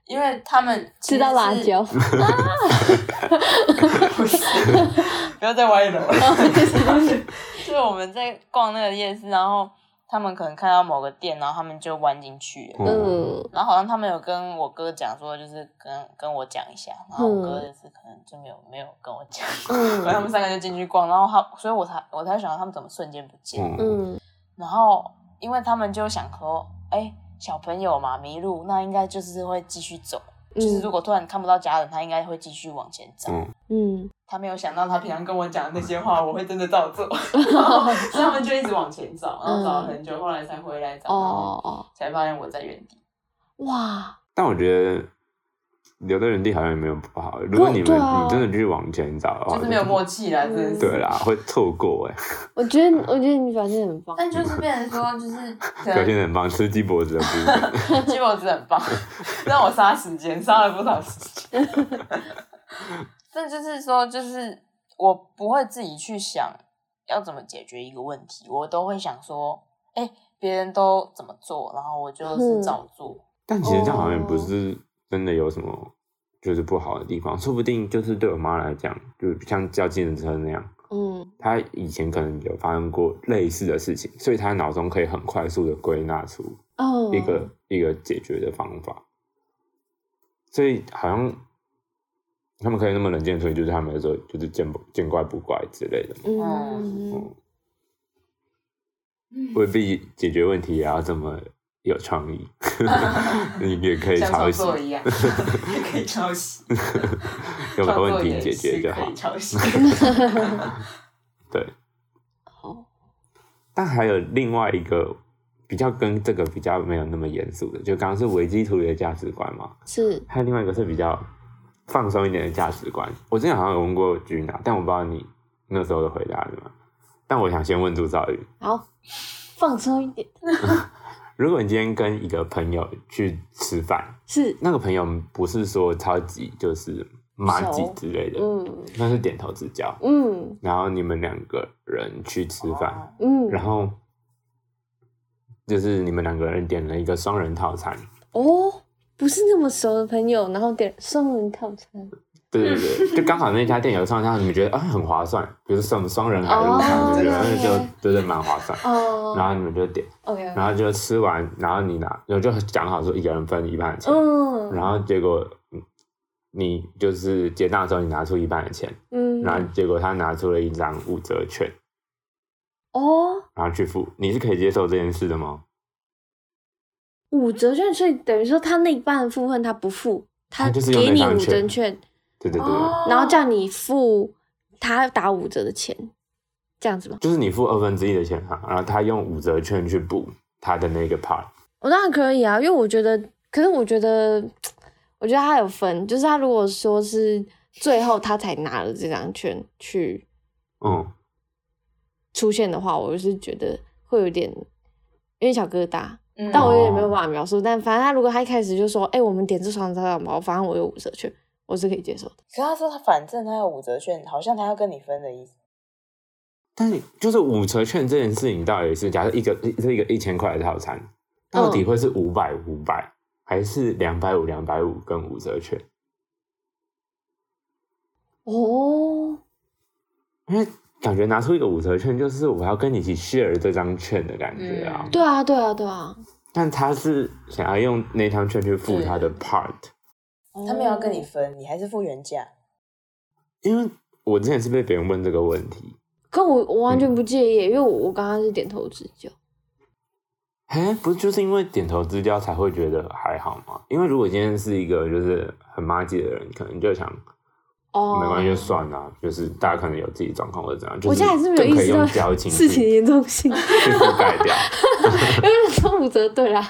D: 因为他们
A: 吃到辣
D: 其实是，
A: 椒，
D: 不要再歪楼。 就是我们在逛那个夜市，然后他们可能看到某个店，然后他们就弯进去了。
C: 嗯，
A: 嗯
D: 然后好像他们有跟我哥讲说，就是跟跟我讲一下，然后我哥就是可能就没有没有跟我讲，
A: 嗯
D: 然后他们三个就进去逛，然后他，所以我才我才想到他们怎么瞬间不见，
C: 嗯
A: 嗯
D: 然后因为他们就想说，哎，小朋友嘛迷路，那应该就是会继续走，就是如果突然看不到家人，他应该会继续往前走。
C: 嗯，
A: 嗯
D: 他没有想到，他平常跟我讲的那些话，我会真的照做，然后所以他们就一直往前找，然后找了很久，后来才回来找，
A: 哦哦，
D: 才发现我在原地。
A: 哇，
C: 但我觉得留在原地好像也没有不好。如果你
A: 对
C: 们
A: 啊
C: 你真的继续往前找的话，
D: 就是没有默契啦，真的是。
C: 对啦，会错过哎，
A: 我觉得我觉得你表现很棒，
D: 但就是变成说， 就是可
C: 表现
D: 能
C: 得很棒，吃鸡脖子的部 分。
D: 鸡脖子很 棒，让我杀时间，杀了不少时间。但就是说，就是我不会自己去想要怎么解决一个问题，我都会想说，哎、别人都怎么做，然后我就是照做。
C: 但其实这样好像也不是真的有什么就是不好的地方，说不定就是对我妈来讲，就像叫计程车那样，
A: 嗯
C: 她以前可能有发生过类似的事情，所以她脑中可以很快速的归纳出
A: 嗯，
C: 一个一个解决的方法。所以好像他们可以那么冷静的处理，就是他们有时候
D: 嗯
C: 就是见不见怪不怪之类的嘛。
A: 嗯，
C: 未必解决问题也要这么有 创意，你也可以
D: 像创
C: 抄袭，
D: 作一样，可以抄袭，
C: 有把
D: 创
C: 问
D: 作
C: 题
D: 也
C: 解决
D: 是
C: 就
D: 可
C: 好
D: 以。抄 袭。
C: 对，
A: 好，
C: 但还有另外一个比较跟这个比较没有那么严肃的，就刚刚是维基图里的价值观嘛，
A: 是
C: 还有另外一个是比较放松一点的价值观。我之前好像有问过菊娜，但我不知道你那时候的回答是什么。但我想先问朱兆宇，
A: 好，放松一点，
C: 如果你今天跟一个朋友去吃饭，
A: 是
C: 那个朋友不是说超级就是麻吉
A: 熟
C: 之类的，
A: 嗯
C: 那是点头之交。
A: 嗯
C: 然后你们两个人去吃饭，然
A: 嗯，
C: 后就是你们两个人点了一个双人套餐，
A: 哦，不是那么熟的朋友，然后点双人套餐，
C: 对对
A: 嗯
C: 对，就刚好那家店有双人套餐，你们觉得啊很划算，比如说什么双人海陆
A: 哦
C: 餐之类的，
A: 了
C: 那
A: 解
C: 就对对蛮划算。然
A: 哦
C: 后你们就点，
A: ，OK，
C: 然后就吃完，然后你拿，然后就讲好说一个人分一半的钱，
A: 嗯
C: 然后结果嗯你就是结账的时候你拿出一半的钱，
A: 嗯，
C: 然后结果他拿出了一张五折券，
A: 哦，
C: 然后去付，你是可以接受这件事的吗？
A: 五折券，所以等于说他那一半的部分他不付，他
C: 他就是用
A: 给
C: 那
A: 你
C: 张
A: 五折
C: 券
A: 券，
C: 对对对对，
B: 哦
A: 然后叫你付他打五折的钱，这样子吗？
C: 就是你付二分之一的钱啊，然后他用五折券去补他的那个 part，
A: 我当然可以啊，因为我觉得，可是我觉得，我觉得他有分，就是他如果说是最后他才拿了这张券去
C: 嗯，
A: 出现的话，我是觉得会有点有点小疙瘩，
B: 嗯
A: 但我有点没有
C: 哦
A: 办法描述。但反正他如果他一开始就说，哎、我们点这双张张包，反正我有五折券，我是可以接受的。
B: 可他说他反正他有五折券，好像他要跟你分的意思。
C: 但是就是五折券这件事情到底是，假设一个是一个一千块的套餐，到底会是五百五百，还是两百五两百五跟五折券？
A: 哦，
C: 因为感觉拿出一个五折券，就是我要跟你一起 share 这张券的感觉啊。
A: 对啊，对啊，对啊，
C: 但他是想要用那张券去付他的 part，
B: 他没有要跟
A: 哦
B: 你分，你还是付原价。
C: 因为我之前是被别人问这个问题，
A: 可我我完全不介意，因为我我刚刚是点头之交。
C: 哎，不就是因为点头之交才会觉得还好吗？因为如果今天是一个就是很妈鸡的人，可能就想
A: 哦，
C: 没关系就算了、就是大家可能有自己状况或者怎样，就
A: 我现在还是没有
C: 更
A: 意
C: 可以
A: 识
C: 用
A: 到
C: 交情
A: 事情的
C: 去
A: 严重性，
C: 去覆盖掉。
A: 因为说五折对啦，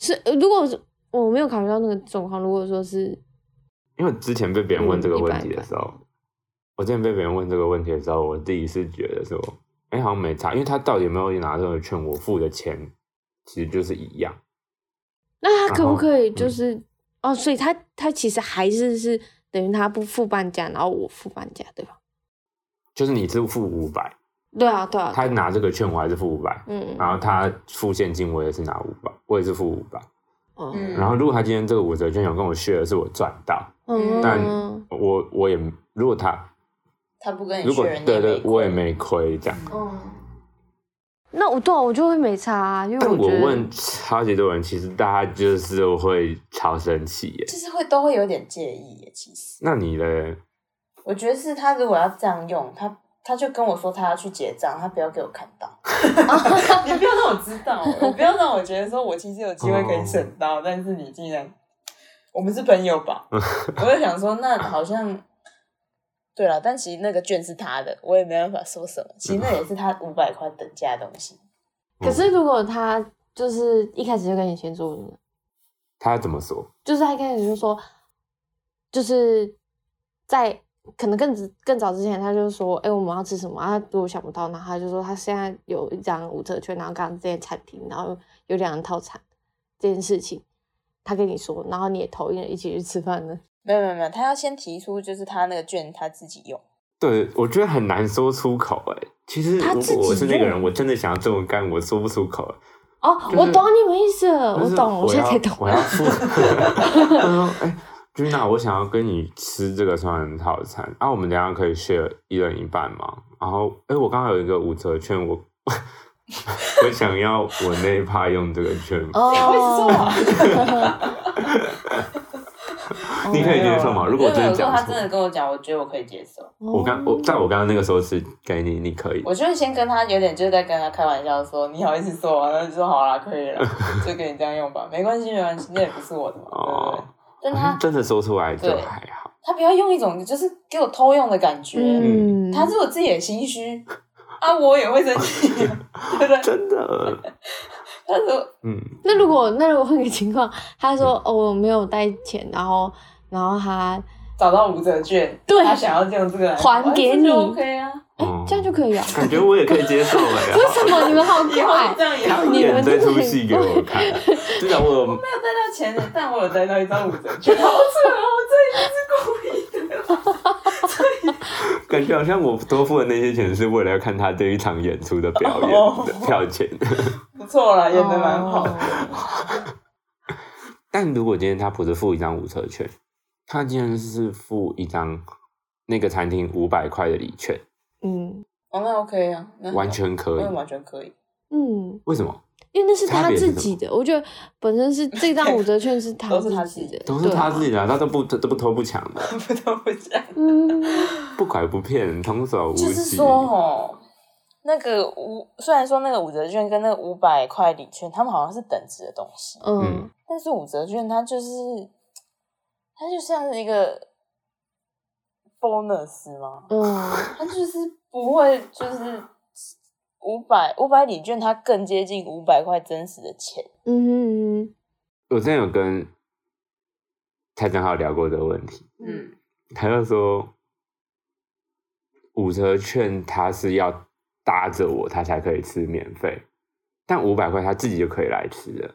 A: 是呃如果是我没有考虑到那个状况，如果说是
C: 因为之前被别人问这个问
A: 嗯一
C: 题
A: 般
C: 的时候，我之前被别人问这个问题的时候，我自己是觉得说，哎、好像没差，因为他到底有没有拿这个券，我付的钱其实就是一样。
A: 那他可
C: 然
A: 不
C: 后
A: 可以
C: 嗯
A: 就是、哦，所以他他其实还是是等于他不付半价，然后我付半价，对吧？
C: 就是你是付五百，
A: 对啊，对啊，
C: 他啊拿这个券我还是付五百，
A: 嗯，
C: 然后他付现金我也是拿五百，我也是付五百。
A: 哦
D: 嗯
C: 然后如果他今天这个五折券有跟我 share，是我赚到，
A: 嗯，
C: 但我我也如果他
D: 他不跟你
C: 如果
D: 确认，
C: 对
D: 你也
C: 对
D: 没，
C: 我也没亏这样。
A: 哦，那我对啊，我就会没差、啊，因为
C: 但我
A: 觉得
C: 问超级多人，其实大家就是会超生气耶。
D: 就是会都会有点介意耶。其实，
C: 那你嘞？
D: 我觉得是他如果要这样用，他他就跟我说他要去结账，他不要给我看到。
B: 你不要让我知道，哦我不要让我觉得说我其实有机会可
C: 哦
B: 以省到，但是你竟然，我们是朋友吧？ 我就想说，那好像，对了，但其实那个券是他的，我也没办法说什么。其实那也是他五百块等价的东西，
A: 可是如果他就是一开始就跟你先做呢，
C: 他怎么说？
A: 就是他一开始就说，就是在可能更之更早之前，他就说，哎、我们要吃什么啊？如果想不到，然后他就说他现在有一张五折券，然后刚刚这些餐厅，然后有两人套餐这件事情，他跟你说，然后你也同意了一起去吃饭呢。
B: 没有没有没有，他要先提出就是他那个券他自己用，
C: 对，我觉得很难说出口哎。其实
A: 他
C: 如
A: 自己
C: 果我是那个
A: 用
C: 人，我真的想要这么干，我说不出口哎。
A: 哦，
C: 就是
A: 我懂你们意思了，呃
C: 但
A: 我
C: 是
A: 懂，我现在才
C: 要
A: 懂。
C: 我要付。 他说：“哎、君娜，我想要跟你吃这个双人套餐，啊，我们等一下可以 share 一人一半吗？然后，哎、我刚好有一个五折券，我 我想要我那一 趴用这个券。
A: 哦，
B: 我也是这样
A: 哦
C: 你可以接受吗？如
D: 因
C: 果
D: 为
C: 我真的
D: 如果
C: 讲
D: 他
C: 错
D: 真，的跟我讲，我觉得我可以接受。
C: 我刚我在
A: 哦
C: 我刚刚那个时候是给你，你可以。
D: 我就是先跟他有点就是在跟他开玩笑说，你好意思说吗？然后就说好啦，可 以了，就给你这样用吧，没关系，没关系，那也不是我的嘛，对不对
C: 哦？
D: 但
C: 好像
D: 他
C: 真的说出来就
D: 对
C: 还好。
D: 他不要用一种就是给我偷用的感觉，
A: 嗯，
D: 他是我自己也心虚啊，我也会生气， 对不对？
C: 真的，
D: 但是
C: 嗯，
A: 那如果那如果换个情况，他说哦我没有带钱，然后然后他
D: 找到五折券，
A: 对
D: 他想要用这个来
A: 还给你
D: 哎这就 OK 啊，
A: 哎、
C: 哦
A: 这样就可以啊？
C: 感觉我也可以接受了呀。
A: 为 什么你们好
D: 以后
A: 怪
D: 这？样也好。
C: 他
A: 你
C: 演
A: 们
C: 这
A: 真的
C: 出
A: 很
C: 戏给我看，至少我有
D: 没有带到钱的，但我有带到一张五折券，好扯哦！这一定是故意的。
C: 感觉好像我多付的那些钱是为了要看他这一场演出的表演
D: 哦
C: 的票钱。
D: 不错啦，演的蛮好的。
A: 哦
C: 但如果今天他不是付一张五折券，他竟然是付一张那个餐厅五百块的礼券，
A: 嗯
D: 哦，那 OK 啊，那
C: 完全可以
D: 那。完全可以。
A: 嗯，
C: 为什么？
A: 因为那是
C: 差
A: 他
C: 别是
A: 自己的，我觉得本身是这张五折券是他
D: 都是他
A: 己
D: 自己
A: 的，
C: 都是
A: 对
C: 他
A: 啊
C: 自己的啊，他都不都不偷不抢的，
D: 不得不讲，
A: 嗯，
C: 不拐不骗，童叟无
D: 就
C: 欺。
D: 是说哦，那个五虽然说那个五折券跟那个五百块礼券，他们好像是等值的东西，
A: 嗯，
D: 但是五折券它就是它就像是一个 bonus 嘛，
A: 嗯，
D: 它就是不会就是五百五百礼券，它更接近五百块真实的钱。
A: 嗯嗯
C: 我之前有跟蔡正浩聊过这个问题，
D: 嗯，
C: 他就说五折券他是要搭着我，他才可以吃免费，但五百块他自己就可以来吃了，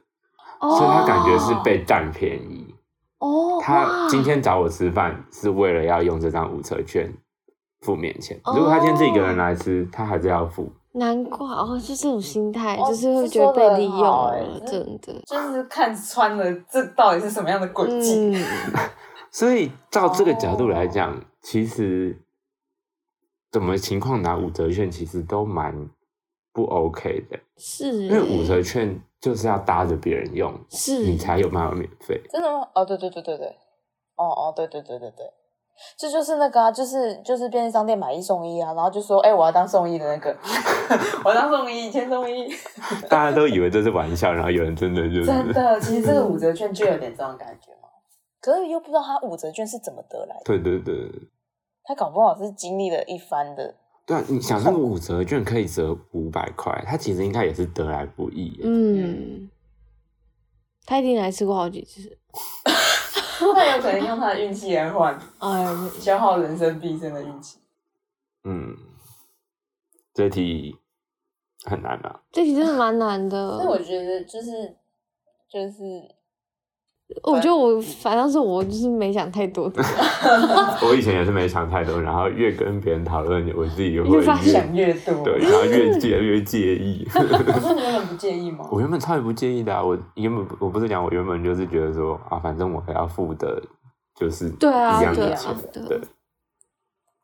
A: 哦，
C: 所以他感觉是被占便宜。
A: 哦，
C: 他
A: 哇
C: 今天找我吃饭是为了要用这张五折券付面钱，如果他今天自己一个人来吃，他还是要付。
A: 难怪哦，就这种心态，
D: 哦
A: 就是会
D: 这
A: 觉得
D: 说得
A: 被利用
D: 很好哎
A: 了，真的，
D: 就是看穿了这到底是什么样的轨迹。
A: 嗯，
C: 所以照这个角度来讲，其实怎么情况拿五折券其实都蛮不 OK 的，
A: 是，
C: 因为五折券就是要搭着别人用，
A: 是
C: 你才有办法免费。
D: 真的吗？哦，对对对对对，哦哦，对对对对对，这就是那个啊，就是就是便利商店买一送一啊，然后就说，哎、我要当送一的那个， 我要当送一，先送一，
C: 大家都以为这是玩笑，然后有人真的就是
D: 真的，其实这个五折券就有点这种感觉嘛。可是又不知道他五折券是怎么得来的，
C: 对对对对
D: 他搞不好是经历了一番的，
C: 对啊！你想那个五折券可以折五百块，它其实应该也是得来不易耶。
A: 嗯，他一定来吃过好几次，
D: 他有可能用他的运气来换，
A: 哎呀，
D: 消耗人生毕生的运 气。
C: 嗯，这题很难啊。
A: 这题真的蛮难的
D: 所以。我觉得就是就是
A: 我觉得我反倒是我就是没想太多，
C: 我以前也是没想太多，然后越跟别人讨论，我自己会
A: 越发
C: 越
D: 想越多，
C: 对，然后越介越介意。
D: 可是你原本不介意吗？
C: 我原本超级不介意的、啊，我原本我不是讲，我原本就是觉得说啊，反正我还要付的，就是
A: 对啊
C: 一样
D: 对
C: 的
D: 啊
C: 钱，
A: 对
C: 对。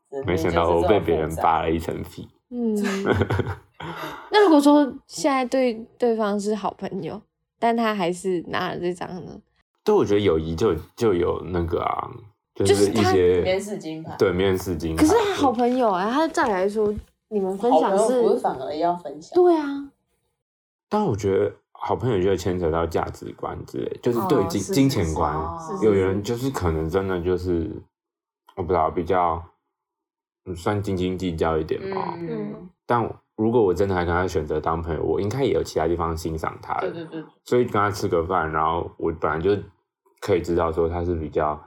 D: 人
C: 没
D: 类就
C: 想
D: 是
C: 到我
D: 这
C: 被
D: 么
C: 别
D: 复
C: 人
D: 杂
C: 扒了一层皮，
A: 嗯。那如果说现在对对方是好朋友，但他还是拿了这张呢？
C: 对，我觉得友谊就就有那个啊，就
A: 就是
C: 是一
A: 他
C: 些
D: 边是金牌，
C: 对面试金牌，
A: 可是他好朋友啊，他照理来说，你们分
D: 好朋
A: 享
D: 友
A: 是
D: 不是反而要分享？
A: 对啊，
C: 但我觉得好朋友就会牵扯到价值观之类，就是对
A: 哦
C: 金、
A: 是
C: 金
A: 是哦
C: 钱观，
D: 是
A: 是
C: 有人就是可能真的就是我不知道比较嗯算斤斤计较一点嘛。
A: 嗯
D: 嗯，
C: 但如果我真的还跟他选择当朋友，我应该也有其他地方欣赏他的
D: 对对对，
C: 所以跟他吃个饭，然后我本来就可以知道说他是比较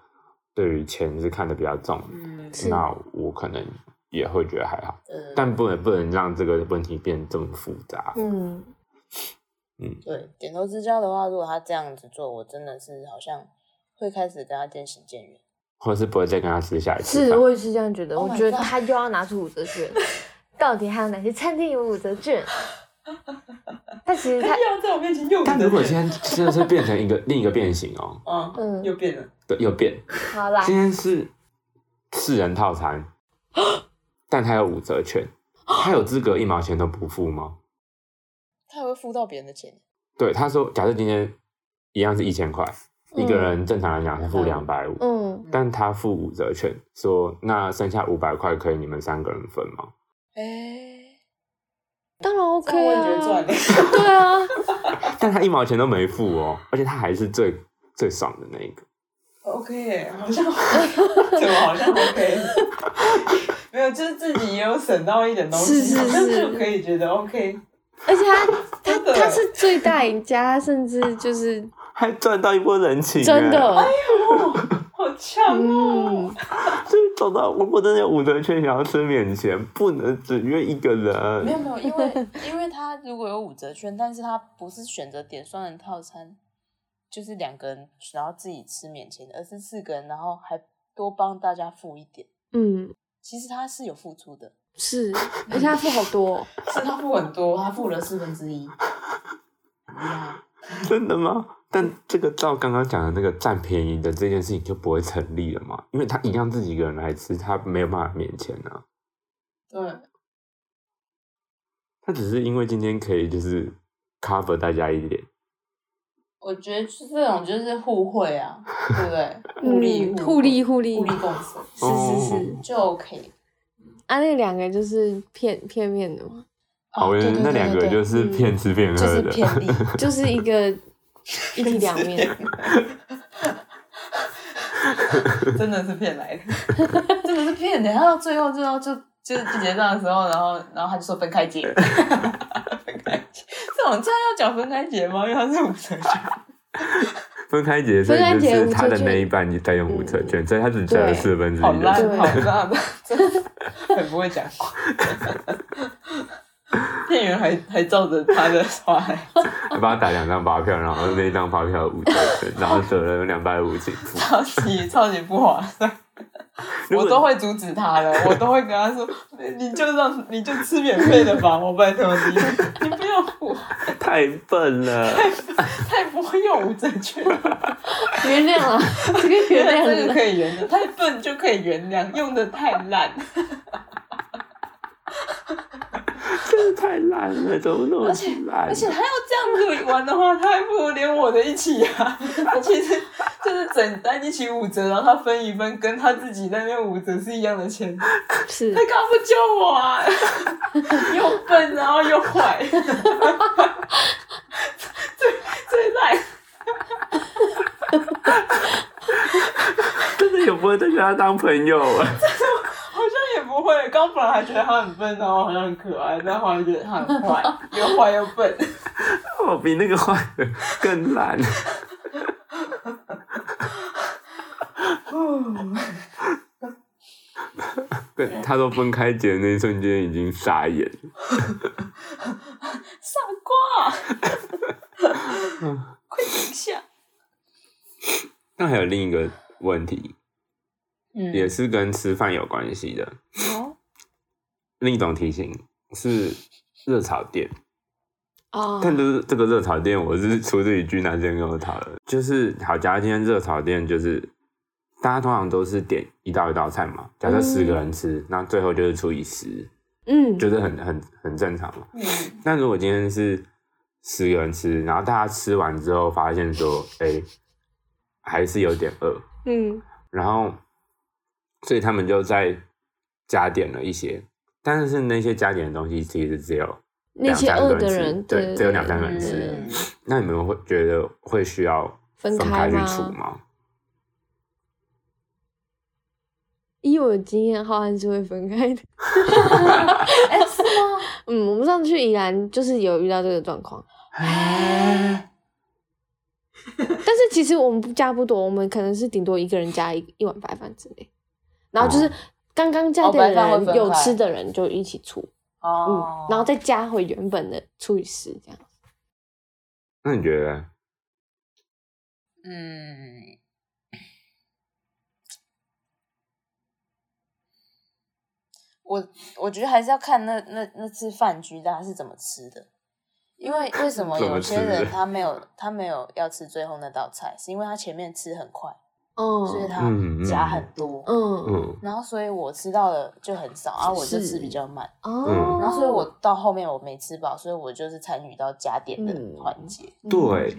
C: 对于钱是看得比较重的，
D: 嗯，
A: 是
C: 那我可能也会觉得还好，
D: 呃
C: 但不能不能让这个问题变这么复杂。
A: 嗯，
D: 对点头之交的话，如果他这样子做，我真的是好像会开始跟他渐行渐远。
C: 或者是不会再跟他吃下一次
A: 是，
C: 饭。
A: 我也是这样觉得。我
D: Oh my
A: 觉得
D: God
A: 他又要拿出五折券，到底还有哪些餐厅有五折券？但其实他，
D: 又在我面前又
C: 但如果现在真的是变成一个另一个变形哦，
D: 嗯，
A: 嗯，
D: 又变了，
C: 对，又变。
A: 好啦
C: 今，天是四人套餐，但他有五折券，他有资格一毛钱都不付吗？
D: 他还会付到别人的钱，
C: 对，他说，假设今天一样是一千块，一个人正常来讲是付两百五，
A: 嗯，
C: 但他付五折券，说那剩下五百块可以你们三个人分吗？
D: 哎、
A: 当然
D: 这样我
A: OK
D: 也觉得
A: 啊
D: 赚，的。
A: 对啊，
C: 但他一毛钱都没付哦，而且他还是最最爽的那一个。
D: OK，耶好像怎么好 像 OK？没有，就是自己也有省到一点东西，
A: 是是
D: 好像
A: 是
D: 就可以觉得 OK。
A: 而且他他
D: 真的
A: 他是最大赢家，甚至就是
C: 还赚到一波人情欸，
A: 真 的，
D: 好呛哦！
A: 嗯，
C: 就是走到我我真的有五折券，想要吃免钱，不能只约一个
D: 没有
C: 人。
D: 没有，因 为因为他如果有五折券，但是他不是选择点双人套餐，就是两个人然后自己吃免钱的，而是四个人然后还多帮大家付一点。
A: 嗯，
D: 其实他是有付出的，
A: 是，而且他付好多哦、
D: 是他付很多，他付了四分之一。呀，
C: 真的吗？但这个照刚刚讲的那个占便宜的这件事情就不会成立了嘛，因为他一样自己一个人来吃，他没有办法免钱啊。
D: 对，
C: 他只是因为今天可以就是 cover 大家一点，
D: 我觉得就是这种就是互惠啊，对不对？互利
A: 嗯，互利互利
D: 互，利共生
A: 是是是
C: 哦，
D: 就 OK。
A: 啊，那两个就是片片面的嘛，
C: 好，我
D: 对
C: 觉
D: 对
C: 得
D: 哦对
C: 那两个
D: 对对嗯
C: 就是骗吃骗
D: 就
C: 喝
D: 是
C: 的，
D: 偏利，
A: 就是一个一体两面，
D: 真的是骗来的， 真的是骗的。他到最后就要就就是结账的时候，然后然后他就说分开结，分开结，这种这样要讲分开结吗？因为他是五折券，
C: 分开结，所
A: 分开
C: 以就
A: 结
C: 是
A: 无
C: 他
A: 车
C: 的
A: 券
C: 那一半你再用五折券，所以他只占了
A: 对
C: 四分之
D: 嗯好
C: 一的
D: 烂
C: 钱。
A: 对
D: 好烂的，真的很不会讲话。店员还还照着他的话来
C: 我帮他打两张发票，然后那一张发票五折券，然后折了两百五 请付。
D: 超级超级不划算，
C: 如果
D: 我都会阻止他的，我都会跟他说，你就让你就吃免费的吧，我拜托你，你不要付，
C: 太笨了，
D: 太不会用无证券了，
A: 原谅啊，这个
D: 原
A: 原
D: 来这
A: 谅了，
D: 个可以原谅，太笨就可以原谅，用的太烂，
C: 真的太烂了，怎么那么烂？
D: 而且他要这样子玩的话，他还不如连我的一起啊， 他其实就是整单一起五折，然后他分一分，跟他自己那边五折是一样的钱，他
A: 是
D: 干嘛不救我啊？ 又笨然后又坏。 最烂，
C: 真的有不会再跟他当朋友啊？
D: 好像也不会。刚本来还觉得他很笨，然后好像很可爱，但后来觉得他很坏，又坏又笨。
C: 我哦比那个坏人更烂。 跟他都分开结的那一瞬间已经傻眼了，
D: 傻瓜，
C: 嗯
D: 快停下！
C: 那还有另一个问题，
D: 嗯
C: 也是跟吃饭有关系的。
D: 哦
C: 另一种提醒是热炒店，
A: 哦，
C: 但就是这个热炒店，我是出自于居南先跟我讨论，就是好，假如今天热炒店就是大家通常都是点一道一道菜嘛，假设十个人吃，那、最后就是除以十，
A: 嗯，
C: 就是很很很正常嘛。
D: 嗯，
C: 那如果今天是十个人吃，然后大家吃完之后发现说，哎、还是有点饿，
A: 嗯
C: 然后，所以他们就在加点了一些，但是那些加点的东西其实只有
A: 那些
C: 两三
A: 饿
C: 个
A: 的
C: 人吃
A: 人，
C: 对
A: 对，
C: 只有两三个人吃
A: 对
D: 嗯，
C: 那你们会觉得会需要
A: 分开
C: 开去
A: 吗
C: 除吗？
A: 以我的经验，浩瀚是会分开的。
D: 哎、是吗？
A: 嗯，我们上次去宜兰就是有遇到这个状况，
C: 哎
A: 但是其实我们不加不多，我们可能是顶多一个人加一一碗白饭之类，然后就是刚刚加
D: 哦
A: 的
D: 白饭会
A: 人
D: 分
A: 有
D: 开
A: 吃的人就一起出，
D: 哦
A: 嗯，然后再加回原本的除以十这样。
C: 那你觉得？
D: 嗯，我我觉得还是要看那那那次饭局大家是怎么吃的，因为为什么
C: 怎么
D: 有些
C: 吃的
D: 人他没有他没有要吃最后那道菜，是因为他前面吃很快，所以
A: 哦，
D: 他
C: 嗯嗯
D: 加很多，
A: 嗯，
C: 嗯，
D: 然后所以我吃到的就很少，然后我就吃比较慢，
A: 哦，
D: 然后所以我到后面我没吃饱，所以我就是参与到加点的
A: 嗯
D: 环节，
C: 对，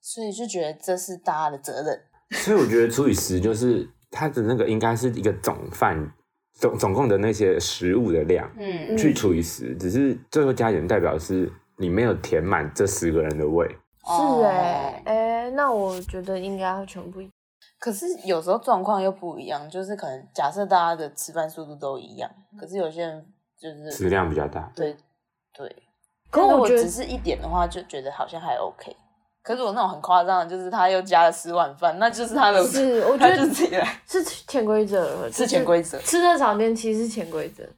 D: 所以就觉得这是大家的责任。
C: 所以我觉得除以十就是它的那个应该是一个总饭总总共的那些食物的量
D: 嗯
C: 去除以十，只是最后加减代表是你没有填满这十个人的胃。
D: 嗯哦
A: 是哎、哎、那我觉得应该要全部一
D: 可是有时候状况又不一样，就是可能假设大家的吃饭速度都一样，可是有些人就是
C: 食量比较大，
D: 对对，
A: 可
D: 但
A: 我
D: 如果
A: 觉得
D: 只是一点的话，就觉得好像还 OK。可是我那种很夸张的，就是他又加了十碗饭，那就是他的，
A: 是我觉
D: 他
A: 得
D: 就是自己来，
A: 是潜规则了，就是
D: 潜规则。
A: 吃热炒店其实是潜规则，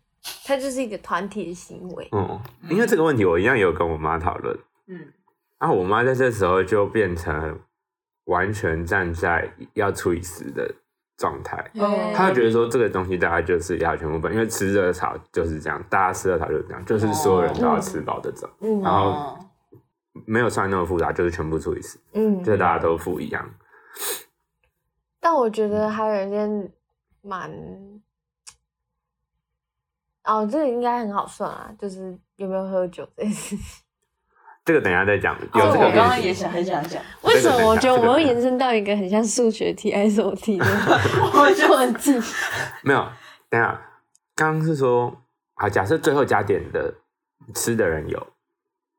A: 它就是一个团体的行
D: 哦
A: 为。
C: 嗯，因为这个问题我一样有跟我妈讨论，
D: 嗯，
C: 然后我妈在这时候就变成完全站在要除以十的状态，
A: 嗯
C: 他会觉得说这个东西大家就是要全部分，因为吃热炒就是这样，大家吃热炒就是这样，就是所有人都要吃饱的种，
A: 嗯
D: 啊
C: 然后没有算那么复杂，就是全部除以十，
A: 嗯，
C: 就是大家都付一样。
A: 但我觉得还有一件蛮，哦，这个应该很好算啊，就是有没有喝酒这件事情。
C: 这个等一下再讲，有
D: 哦
C: 这
D: 我
C: 个
D: 刚刚
C: 问
D: 也
C: 题。
D: 想很想讲，
A: 为什么我觉得我
C: 这个
A: 会
C: 等一下
A: 延伸到一个很像数学题还是什么 题的问题？
C: 没有，等一下，刚刚是说，好，假设最后加点的吃的人有，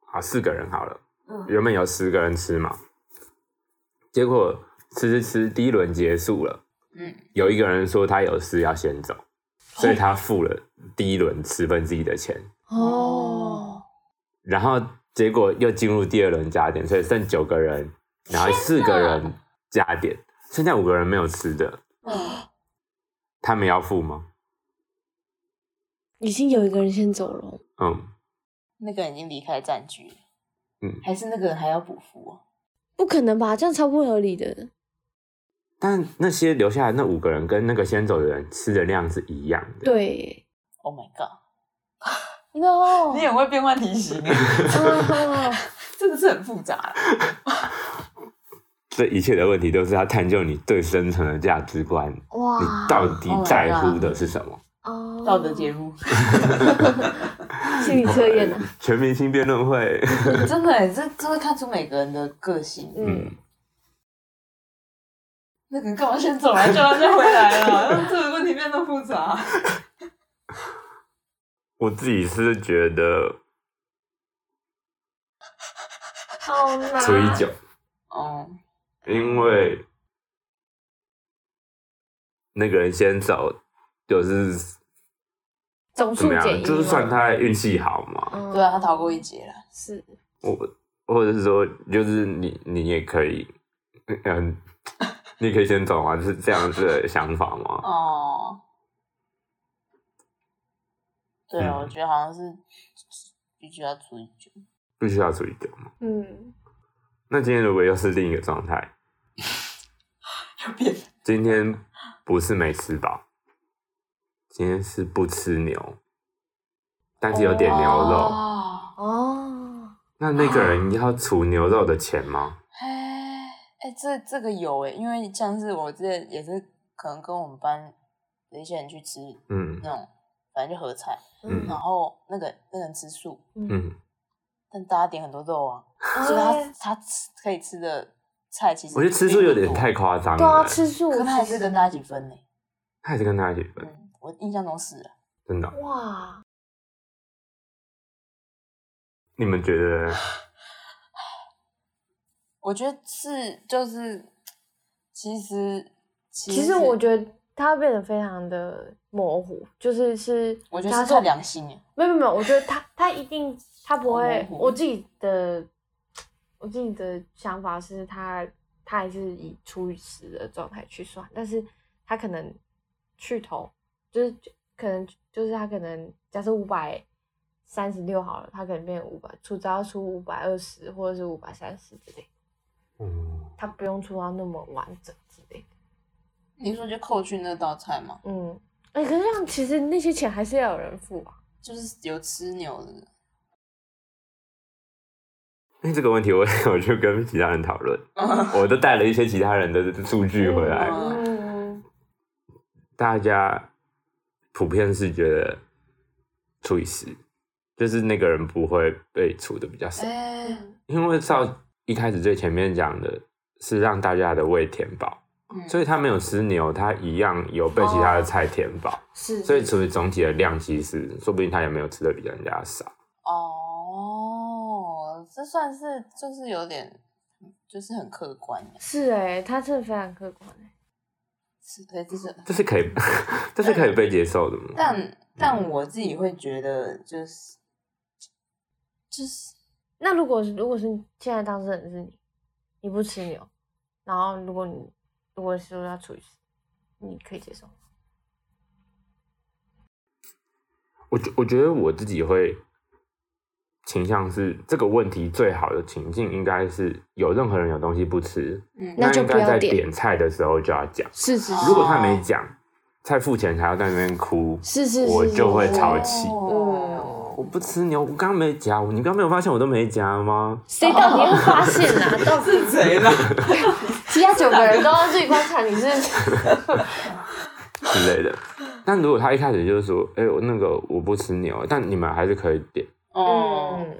C: 好四个人好了，原本有十个人吃嘛，结果吃吃吃，第一轮结束了，
D: 嗯，
C: 有一个人说他有事要先走，所以他付了第一轮十分之一的钱，
A: 哦，
C: 然后结果又进入第二轮加点，所以剩九个人，然后四个人加点，剩下五个人没有吃的，
D: 嗯，
C: 他们要付吗？
A: 已经有一个人先走了，哦
C: 嗯，
D: 那个人已经离开战局了，
C: 嗯
D: 还是那个人还要补服哦，
A: 不可能吧？这样超不合理的。
C: 但那些留下来那五个人跟那个先走的人吃的量是一样的，
A: 对
D: Oh my god！
A: ，no，
D: 你很会变换题型耶，
A: 啊
D: 真的是很复杂。
C: 这一切的问题都是要探究你最深层的价值观，你
A: 哇，
C: 到底
D: Oh my
C: 在乎
D: God
C: 的是什么？
A: 哦
D: 道德节目，
A: 心理测验啊，
C: 全明星辩论会，
D: 真的耶，这这会看出每个人的个性。
A: 嗯，
C: 嗯，
D: 那个人干嘛先走来，叫他再回来了？让这个问题变得复杂。
C: 我自己是觉得
A: 好难，啊
C: 除以九，
D: 哦，
C: 因为那个人先走就是
A: 总
C: 怎
A: 数
C: 么
A: 减
C: 样，
A: 一，
C: 就是算，他运气好嘛，
A: 嗯
D: 对啊，他逃过一劫了。
A: 是，
C: 我或者是说，就是你你也可以，嗯，你可以先走吗？是这样子的想法吗？
D: 哦，对啊，
C: 嗯
D: 我觉得好像是必须要除以九。
C: 必须要注意掉吗？
A: 嗯，
C: 那今天如果又是另一个状态，
D: 就变
C: 今天不是没吃饱，今天是不吃牛，但是有点牛肉，
D: 哦，
A: 哦，
C: 那那个人要除牛肉的钱吗？
D: 哎哎，这这个有哎，因为像是我之前也是可能跟我们班的一些人去吃
C: 嗯
D: 那种，反正就合菜，
C: 嗯
D: 然后那个那个人吃素，
C: 嗯，
D: 但大家点很多肉啊，
A: 啊
D: 所以他他吃可以吃的菜其实
C: 我觉得吃素有点太
D: 并
C: 夸张
A: 对
C: 了
A: 啊，
C: 欸，
A: 吃素
D: 不多，可他还是跟大家一起分呢。
C: 他也是跟他一起分，
D: 嗯，我印象中是啊，
C: 真的。
A: 哇，
C: 你们觉得？
D: 我觉得是就是，其实其
A: 其
D: 实
A: 实我
D: 得
A: 觉得它变得非常的模糊，就是是，
D: 我觉
A: 它
D: 得是看良心耶，
A: 没有没有没有，我觉得他他一定他不会
D: 好，模糊
A: 我自己的我自己的想法是他他还是以除以十的状态去算，但是他可能去头就是可能就是他可能假设五百三十六好了，他可能变五百出只要出五百二十或者是五百三十之类，
C: 嗯，
A: 他不用出到那么完整之类的。
D: 你说就扣去那道菜嘛，
A: 嗯，哎、可是这样其实那些钱还是要有人付吧？
D: 就是有吃牛的，
C: 因为这个问题我， 我就跟其他人讨论，我都带了一些其他人的数据回来，
D: 嗯
A: 嗯，
C: 大家普遍是觉得除以十，就是那个人不会被除的比较少，
D: 哎、
C: 因为照一开始最前面讲的是让大家的胃填饱，
D: 嗯
C: 所以他没有吃牛，他一样有被其他的菜填饱，
D: 是，
C: 所以除以总体的量其实说不定他也没有吃的比人家少。
D: 哦，这算是就是有点，就是很客观的，
A: 是哎、他真的非常客观、欸、
D: 是，对，就是
C: 这是可以， 这是可以被接受的吗？
D: 但
C: 嗯
D: 但我自己会觉得，就是就是
A: 那如果如果是现在当事人是你，你不吃牛，然后如果你如果说要处理，你可以接受吗？
C: 我觉我觉得我自己会倾向是这个问题最好的情境应该是有任何人有东西不吃，
D: 嗯
A: 那就
C: 应
A: 不
C: 该
A: 要
C: 在
A: 点
C: 点菜的时候就要讲。
A: 是是
D: 哦
C: 如果他没讲，菜付钱还要在那边哭，
A: 是是是
C: 我
A: 是
C: 就会
A: 是
C: 超气。
D: 哦
A: 嗯
C: 我不吃牛，我刚刚没夹，你刚刚没有发现我都没夹吗？
A: 谁到底会发现啊？ 到底
D: 是谁啦？
A: 其他九个人都要自己观察你是
C: 之 类的。但如果他一开始就是说，哎、我那个我不吃牛，但你们还是可以点
D: 哦，
A: 嗯，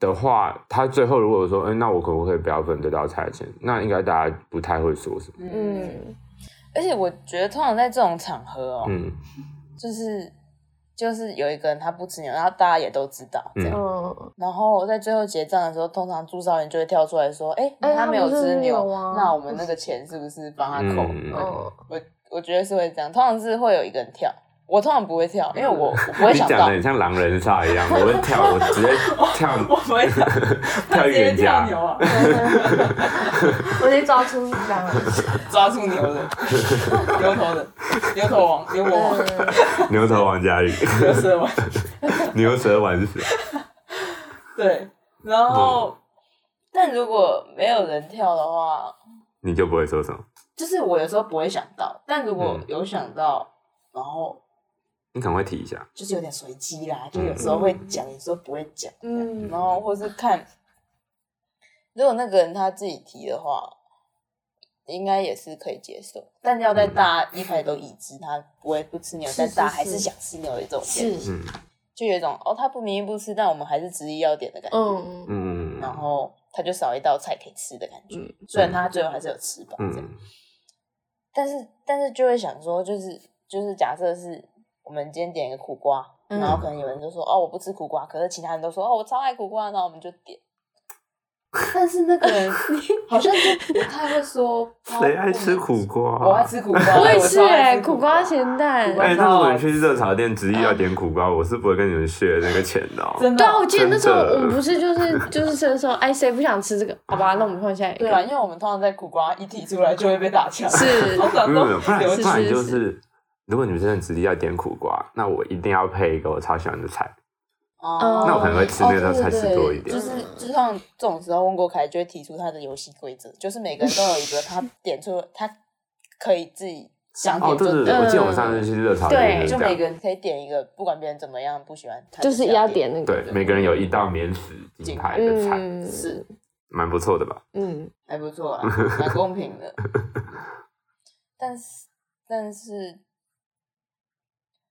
C: 的话，他最后如果说，哎、那我可不可以不要分这道菜钱？那应该大家不太会说什么。
D: 嗯，
A: 嗯，
D: 而且我觉得通常在这种场合哦，
C: 嗯
D: 就是就是有一个人他不吃牛，然后大家也都知道这样。
C: 嗯，
A: 嗯，
D: 然后在最后结账的时候，通常朱少元就会跳出来说：“哎、
A: 哎
D: 他没
A: 他
D: 有
A: 不是
D: 吃
A: 没有
D: 牛，
A: 啊
D: 那我们那个钱是不是帮他扣？”
C: 嗯
A: 哦，
D: 我我觉得是会这样，通常是会有一个人跳，我通常不会跳，因为我我不会
C: 嗯你
D: 想
C: 讲
D: 到
C: 的，很像狼人杀一样，我会跳，我直接 跳
D: 不会跳，
C: 跳预言家，
D: 啊，
A: 我得抓出两 个人，
D: 抓住牛的， 牛头 的，牛头王，牛魔王，
A: 哦
C: 牛头王佳宇，
D: 牛蛇王，
C: 牛舌丸是谁？
D: 对。 然后，
C: 嗯
D: 但如果没有人跳的话，
C: 你就不会说什么，
D: 就是我有时候不会想到，但如
C: 嗯
D: 果有想到，然后
C: 你可能会提一下。
D: 就是有点随机啦，就有时候会讲，有时候不会讲，
A: 嗯
D: 然后或是看，如果那个人他自己提的话，应该也是可以接受，但要在大家一开始都已知他不会不吃牛，
A: 是
D: 但大家
A: 是
D: 还是
A: 是
D: 想吃牛的这种感觉，
A: 是，
C: 嗯
D: 就有一种哦，他不明明不吃，但我们还是执意要点的感觉，
A: 嗯，
C: 嗯
D: 然后他就少一道菜可以吃的感觉，
A: 嗯
D: 虽然他最后还是有吃饱，这样。
C: 嗯
D: 但是但是就会想说，就是就是假设是我们今天点一个苦瓜，
A: 嗯
D: 然后可能有人就说哦我不吃苦瓜，可是其他人都说哦我超爱苦瓜，然后我们就点，
A: 但是那个人，
D: 好像就不太 会说
C: 谁爱吃苦瓜啊？
D: 哦我爱吃苦瓜，
A: 我也
D: 超
A: 是
D: 爱
A: 哎，
D: 吃
A: 苦瓜咸蛋
D: 苦，瓜
C: 哎、那如果你去热炒店执意要点苦瓜，我是不会跟你们削那个钱的、哦。
D: 真的
A: 对啊，
D: 哦
A: 我记得那时候
C: 真的
A: 我们不是就是就是这时候，哎，谁不想吃这个？好吧，那我们换下一
D: 对啊，
A: 个。
D: 因为我们通常在苦瓜一提出来就会被打枪，
A: 是
D: 通常
C: 没
D: 都
C: 有没有，不然
D: 流
A: 是
C: 不然
A: 是
C: 就是是，如果你们真的执意要点苦瓜，那我一定要配一个我超喜欢的菜，
D: 哦
C: 那我可能会吃那道
D: 哦
C: 菜
D: 对对
C: 吃多
D: 对
C: 一点
D: 就。是就像这种时候，温国凯就会提出他的游戏规则，就是每个人都有一个他点出他可以自己想
C: 哦，
D: 点
C: 对
D: 就
C: 对对，
D: 点，
C: 我记得我上次去热炒
A: 对
C: 店
A: 对
C: 是
D: 就
C: 这
D: 每
C: 样，
D: 个人可以点一个，不管别人怎么样不喜欢，他
A: 就是
D: 要
A: 要。点那个，
C: 对，每个人有一道免死金牌的菜，
A: 嗯，
D: 是，
C: 蛮不错的吧？
A: 嗯，
D: 还不错 啊，蛮公平的。但是但是，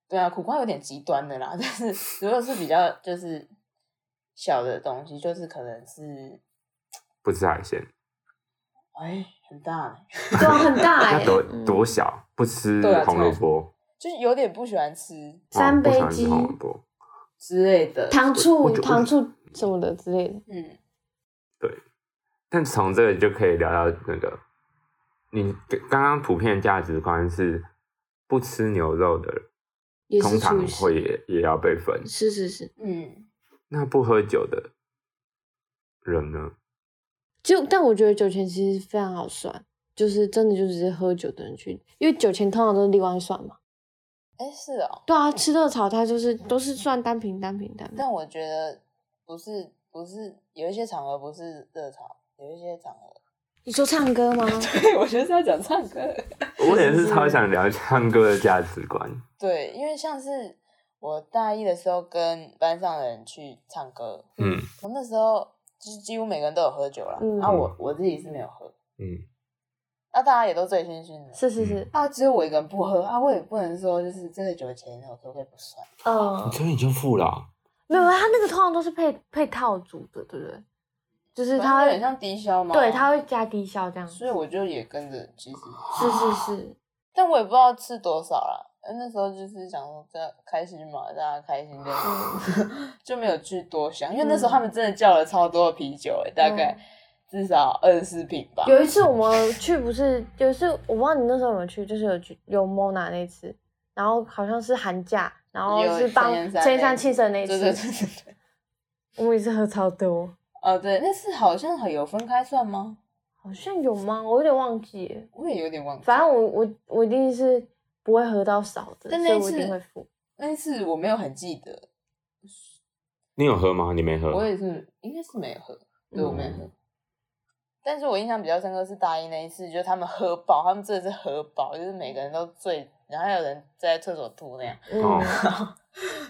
D: 对啊，苦瓜有点极端的啦。但 是如果是比较就是小的东西，就是可能是
C: 不吃海鲜，
D: 哎很大呢。
A: 对啊，很大
C: 那
A: 哎，
C: 多
A: 嗯
C: 多小，不吃
D: 对啊
C: 红萝卜，
D: 就是有点不喜欢吃
A: 三
C: 哦不喜
A: 杯
C: 欢吃
A: 鸡
C: 红萝卜，
D: 之类的。
A: 糖
C: 我
A: 醋
C: 我
A: 糖醋什么的之类的，
D: 嗯，
C: 但从这个就可以聊到那个，你刚刚普遍价值观是不吃牛肉的人，
A: 也是
C: 通常
A: 厨师
C: 会也也要被分。
A: 是是是，
D: 嗯，
C: 那不喝酒的人呢？
A: 就但我觉得酒钱其实非常好算，就是真的就只是喝酒的人去，因为酒钱通常都是另外算嘛。
D: 哎、是哦，
A: 对啊，吃热炒它就是都是算单瓶单瓶单瓶。
D: 但我觉得不是不是，有一些场合不是热潮，有一些场合，
A: 你说唱歌吗？
D: 对我觉得是要讲唱歌。
C: 我也是超想聊唱歌的价值观。
D: 对，因为像是我大一的时候跟班上的人去唱歌，
C: 嗯
D: 我那时候就是几乎每个人都有喝酒啦，
A: 嗯
D: 啊我我自己是没有喝，
C: 嗯，
D: 啊大家也都醉醺醺 的，
A: 是是是，
D: 啊只有我一个人不喝，啊我也不能说就是这个酒钱我可不可以不算，
A: 嗯，
C: 所以你就付了、
A: 没有，它那个通常都是配配套组的，对不对？就是
D: 反正
A: 他
D: 有点像低消嘛，
A: 对，他，会加低消这样，
D: 所以我就也跟着，其实，
A: 是是是，
D: 但我也不知道吃多少啦。呃那时候就是想说，这样开心嘛，大家开心这
A: 嗯
D: 样， 就没有去多想，因为那时候他们真的叫了超多的啤酒、欸，大概至少二十四瓶吧。
A: 嗯有一次我们去不是有一次我忘了你那时候有没有去，就是有去有 Mona 那一次，然后好像是寒假，然后
D: 有
A: 是帮
D: 陈彦珊
A: 陈一
D: 那
A: 山
D: 一
A: 庆生那一
D: 对对对
A: 次，
D: 对对，
A: 我们也是喝超多，
D: 哦对，那是好像还有分开算吗？
A: 好像有吗？我有点忘记耶，
D: 我也有点忘记。
A: 反正我我我一定是不会喝到少的，
D: 但
A: 所以
D: 那
A: 我一
D: 次
A: 定会付。
D: 那一次我没有很记得，
C: 你有喝吗？你没喝
D: 我。也是应该是没有喝，对我没有喝。
C: 嗯
D: 但是我印象比较深刻是大一那一次，就是他们喝饱，他们真的是喝饱，就是每个人都醉，然后还有人在厕所吐那样。
A: 嗯
C: 哦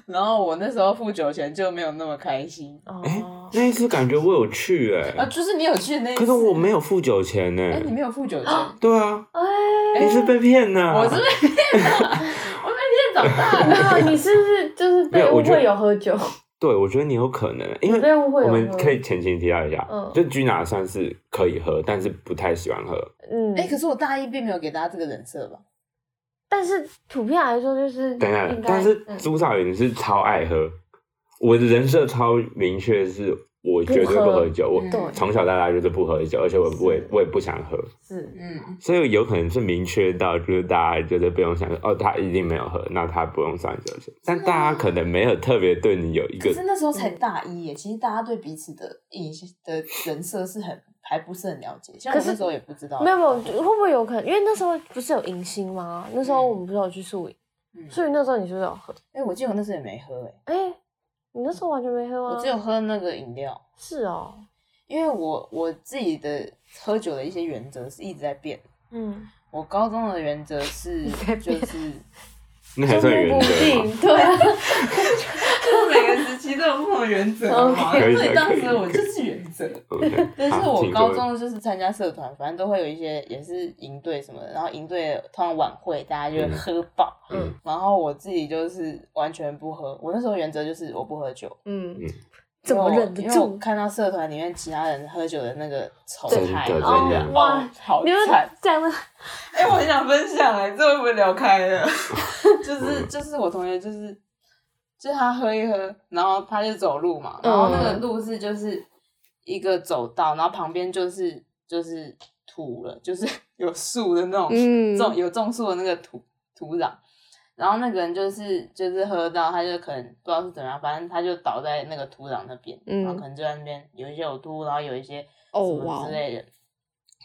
D: 然后我那时候付酒钱就没有那么开心
C: 哎
A: 哦，，
C: 那一次感觉我有去哎、
D: 啊，就是你有去那一次，
C: 可是我没有付酒钱呢、
D: 哎、你没有付酒钱，
C: 对啊，
A: 哎，
C: 你是被骗呢、
D: 我是被骗的，我被骗长 大
A: 没
D: 的。
A: 有，你是不是就是
C: 没
A: 被
C: 有
A: 误
C: 我觉得
A: 会有喝酒？
C: 对，我觉得你有可能，因
A: 你
C: 为
A: 被误会
C: 我
A: 有
C: 们
A: 喝
C: 可以前情提到一下，
A: 嗯
C: 就居拿算是可以喝，但是不太喜欢喝。
A: 嗯，
D: 哎、可是我大一并没有给大家这个人设吧？
A: 但是普遍来说就是
C: 等一下
A: 应，该，
C: 但是
A: 嗯
C: 朱少云是超爱喝，我的人设超明确，是我绝对
A: 不喝嗯
C: 不喝酒，我
A: 对
C: 从小到大就是不喝酒，而且我我也我也不想喝，
A: 是
D: 嗯，
C: 所以有可能是明确到就是大家觉得不用想说哦，他一定没有喝，那他不用算酒钱，但
A: 啊
D: 真的
C: 大
D: 吗
C: 家可能没有特别对你有一
D: 可
C: 个
D: 是那时候才大一耶，其实大家对彼此的印象的人设是很还不是很了解，像我
A: 可是
D: 那时候也不知道，
A: 没有没有，会不会有可能？因为那时候不是有迎新吗？那时候我们不是有去宿营，
D: 嗯
A: 宿营那时候你是不是有喝？
D: 哎、我记得我那时候也没喝哎，
A: 哎，你那时候完全没喝吗？
D: 我只有喝那个饮料，
A: 是哦，
D: 因为我我自己的喝酒的一些原则是一直在变。
A: 嗯，
D: 我高中的原则是就是
C: 那还算原
A: 不
C: 则吗？
A: 定，对啊，
D: 就是每个时期都有不同的原则
A: OK
C: 可以的
D: 所以当时
C: 可以
D: 我就是原则。
C: OK，
D: 但是
C: 好
D: 我
C: 请
D: 高
C: 各位
D: 中就是参加社团，反正都会有一些也是营队什么的，然后营队通常晚会大家就会喝饱，
C: 嗯
D: 然后我自己就是完全不喝。我那时候原则就是我不喝酒，
A: 嗯
C: 嗯，
A: 怎么
D: 因为我
A: 忍得
D: 因为我
A: 住？
D: 看到社团里面其他人喝酒的那个丑
C: 真
D: 态，
C: 的
D: 我
C: 真的
D: 觉得
A: 哇
D: 哦好
A: 你们
D: 惨。
A: 讲的，
D: 哎、我很想分享哎、这会不会聊 开了？就是就是我同学就是，就是他喝一喝，然后他就走路嘛，然后那
A: 嗯
D: 个路是就是一个走道，然后旁边就是就是土了，就是 有树的那种，
A: 嗯
D: 种有种树的那个土土壤。然后那个人就是就是喝到，他就可能不知道是怎么样，反正他就倒在那个土壤那边，
A: 嗯
D: 然后可能就在那边有一些呕吐，然后有一些
A: 哦
D: 什么
A: 哇哦
D: 之类的。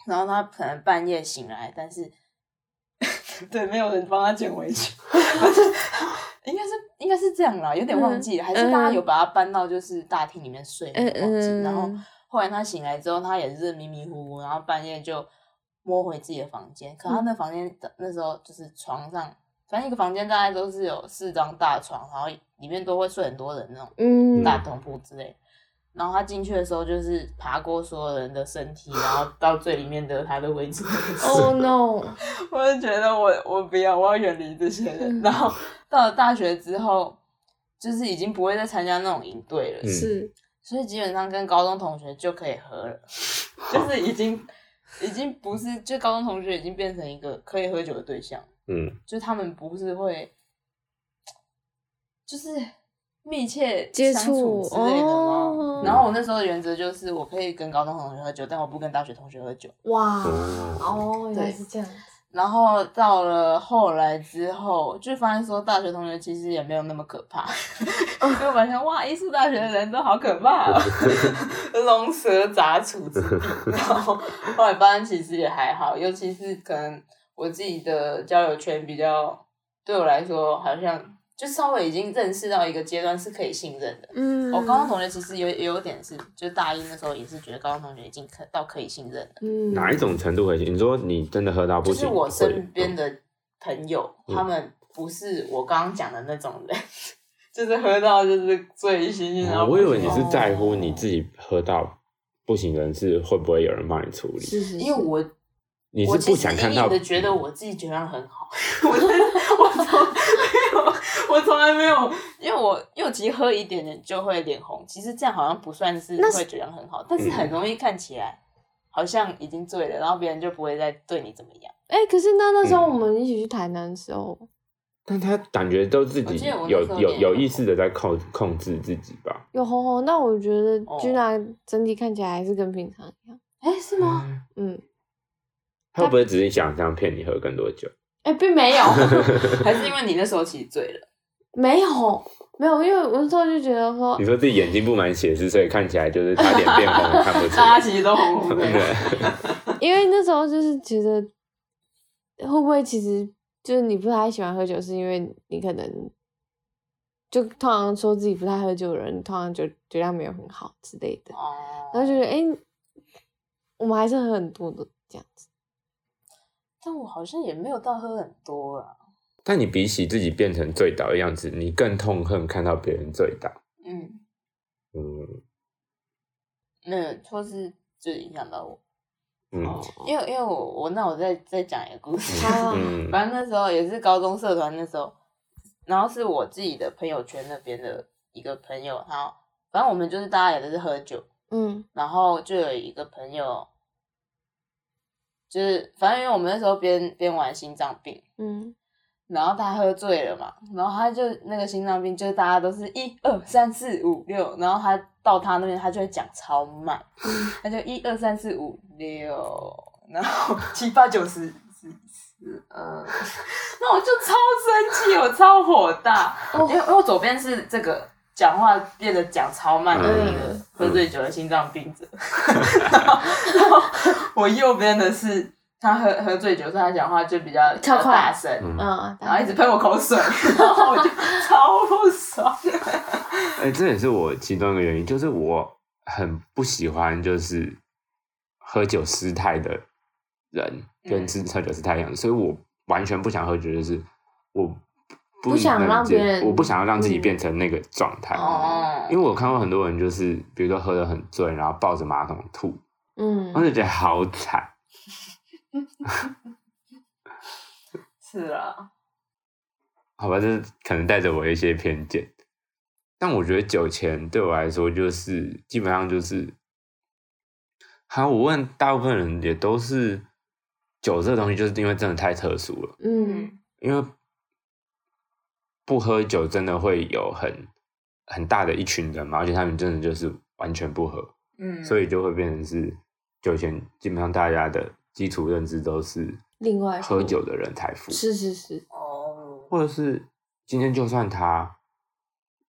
D: 然后他可能半夜醒来，但是对，没有人帮他捡回 去，应该是应该是这样啦，有点忘记了，还是大家有把他搬到就是大厅里面睡，
A: 嗯
D: 忘记。然后
A: 嗯
D: 后来他醒来之后，他也是迷迷糊糊，然后半夜就摸回自己的房间，可他那房
A: 嗯
D: 间的那时候就是床上，反正一个房间大概都是有四张大床，然后里面都会睡很多人那种。
A: 嗯，
D: 大同铺之类的。然后他进去的时候，就是爬过所有人的身体，然后到最里面的他的位置。
A: ，Oh no，
D: 我就觉得我我不要，我要远离这些
A: 嗯
D: 人。然后到了大学之后，就是已经不会再参加那种营队了，
C: 嗯
A: 是
D: 所以基本上跟高中同学就可以喝 了，就是已经已经不是就高中同学已经变成一个可以喝酒的对象。
C: 嗯，
D: 就他们不是会，就是密切
A: 接
D: 相
A: 触
D: 处之类的吗？
A: 哦
D: 然后我那时候的原则就是，我可以跟高中同学喝酒，但我不跟大学同学喝酒。
A: 哇，
C: 哦，
A: 哦，原来
D: 对
A: 是这样子，
D: 然后到了后来之后，就发现说大学同学其实也没有那么可怕， 因为我发现哇，艺术大学的人都好可怕、哦， 龙蛇杂处之地。然后后来发现其实也还好，尤其是可能我自己的交友圈比较，对我来说好像就稍微已经认识到一个阶段是可以信任的。
A: 嗯，
D: 我高中同学其实有也有点是，就大一那时候也是觉得高中同学已经可到可以信任了。
A: 嗯
C: 哪一种程度会行？你说你真的喝到不
D: 就
C: 行？
D: 是我
C: 会哦
D: 身边的朋友，
C: 嗯
D: 他们不是我刚刚讲的那种人， 就是喝到就是醉醺醺，然后
C: 哦
D: 不
C: 我以
D: 行
C: 为你是在乎你自己喝到不行人是会不会有人帮你处理，
A: 是是，
D: 因为我
C: 你
D: 我
C: 是
D: 其
C: 不
D: 实
C: 想看
D: 隐
C: 到
D: 隐的觉得我自己觉得很好， 我真的我从没有，我从来没有，
B: 因为我
D: 因为我其实喝一点点就会脸红，其实这样好像不算是
A: 那是
D: 会觉得很好，但
C: 嗯
D: 是很容易看起来好像已经醉了，然后别人就不会再对你怎么样。
A: 哎、可是那那时候
C: 嗯
A: 我们一起去台南的时候，
C: 但他感觉都自
D: 我
C: 己
D: 记得我那
C: 有
D: 时候
C: 有
D: 也
C: 有意识的在控控制自己吧。
A: 有红红，但我觉得
D: 哦
A: Gina 整体看起来还是跟平常一样。
D: 哎、是吗？
A: 嗯，
C: 他会不会只是想这样骗你喝更多酒？
A: 哎、并没 有，
D: 还是因为你那时候其实醉了？
A: 没有，没有，因为我那时候就觉得说
C: 你，说自己眼睛布满血丝，所以看起来就是差点变红，看不 出
D: 大家。
C: 来
D: 其实都红红的。
C: 对，
A: 因为那时候就是觉得，会不会其实就是你不太喜欢喝酒，是因为你可能就通常说自己不太喝酒的人，通常酒酒量没有很好之类的，
D: 哦、
A: 然后就觉得哎、诶我们还是喝很多的这样子。
D: 但我好像也没有到喝很多啊。
C: 但你比起自己变成醉倒的样子，你更痛恨看到别人醉倒。
D: 嗯，
C: 嗯
D: 没有，或是就影响到我，
C: 嗯
D: 因为因为我我那我再再讲一个故事。
A: 好
C: 嗯
D: 反正那时候也是高中社团那时候，然后是我自己的朋友圈那边的一个朋友，然后反正我们就是大家也都是喝酒，
A: 嗯
D: 然后就有一个朋友，就是反正因为我们那时候边边玩心脏病，
A: 嗯，
D: 然后他喝醉了嘛，然后他就那个心脏病，就是大家都是一二三四五六，然后他到他那边，他就会讲超慢，他就一二三四五六，然后 七八九十十十二，那我就超生气，我超火大， 因为因为我左边是这个讲话变得讲超慢的一个
A: 嗯
D: 喝醉酒的心脏病 者，然后我右边的是他喝喝醉酒，所以他讲话就比较比较
A: 超快
D: 大声。
C: 嗯
A: 啊，
D: 然后一直喷我口水， 然后我就超不爽。
C: 哎、这也是我其中一个原因，就是我很不喜欢就是喝酒失态的人，跟
D: 嗯
C: 吃喝酒失态一样，所以我完全不想喝酒，就是我不
A: 不想
C: 能
A: 让
C: 接
A: 别人
C: 我不想要让自己
A: 嗯
C: 变成那个状态。
D: 哦
C: 因为我看过很多人，就是比如说喝得很醉，然后抱着马桶吐，
A: 嗯
C: 我就觉得好惨。
D: 是啊，
C: 好吧，这可能带着我一些偏见，但我觉得酒钱对我来说就是基本上就是，好，我问大部分人也都是酒这个东西，就是因为真的太特殊了，
A: 嗯
C: 因为不喝酒真的会有很很大的一群人嘛，而且他们真的就是完全不喝，
D: 嗯，
C: 所以就会变成是酒钱基本上大家的基础认知都是
A: 另外
C: 喝酒的人才付，
A: 是是是，
D: 哦，
C: 或者是今天就算他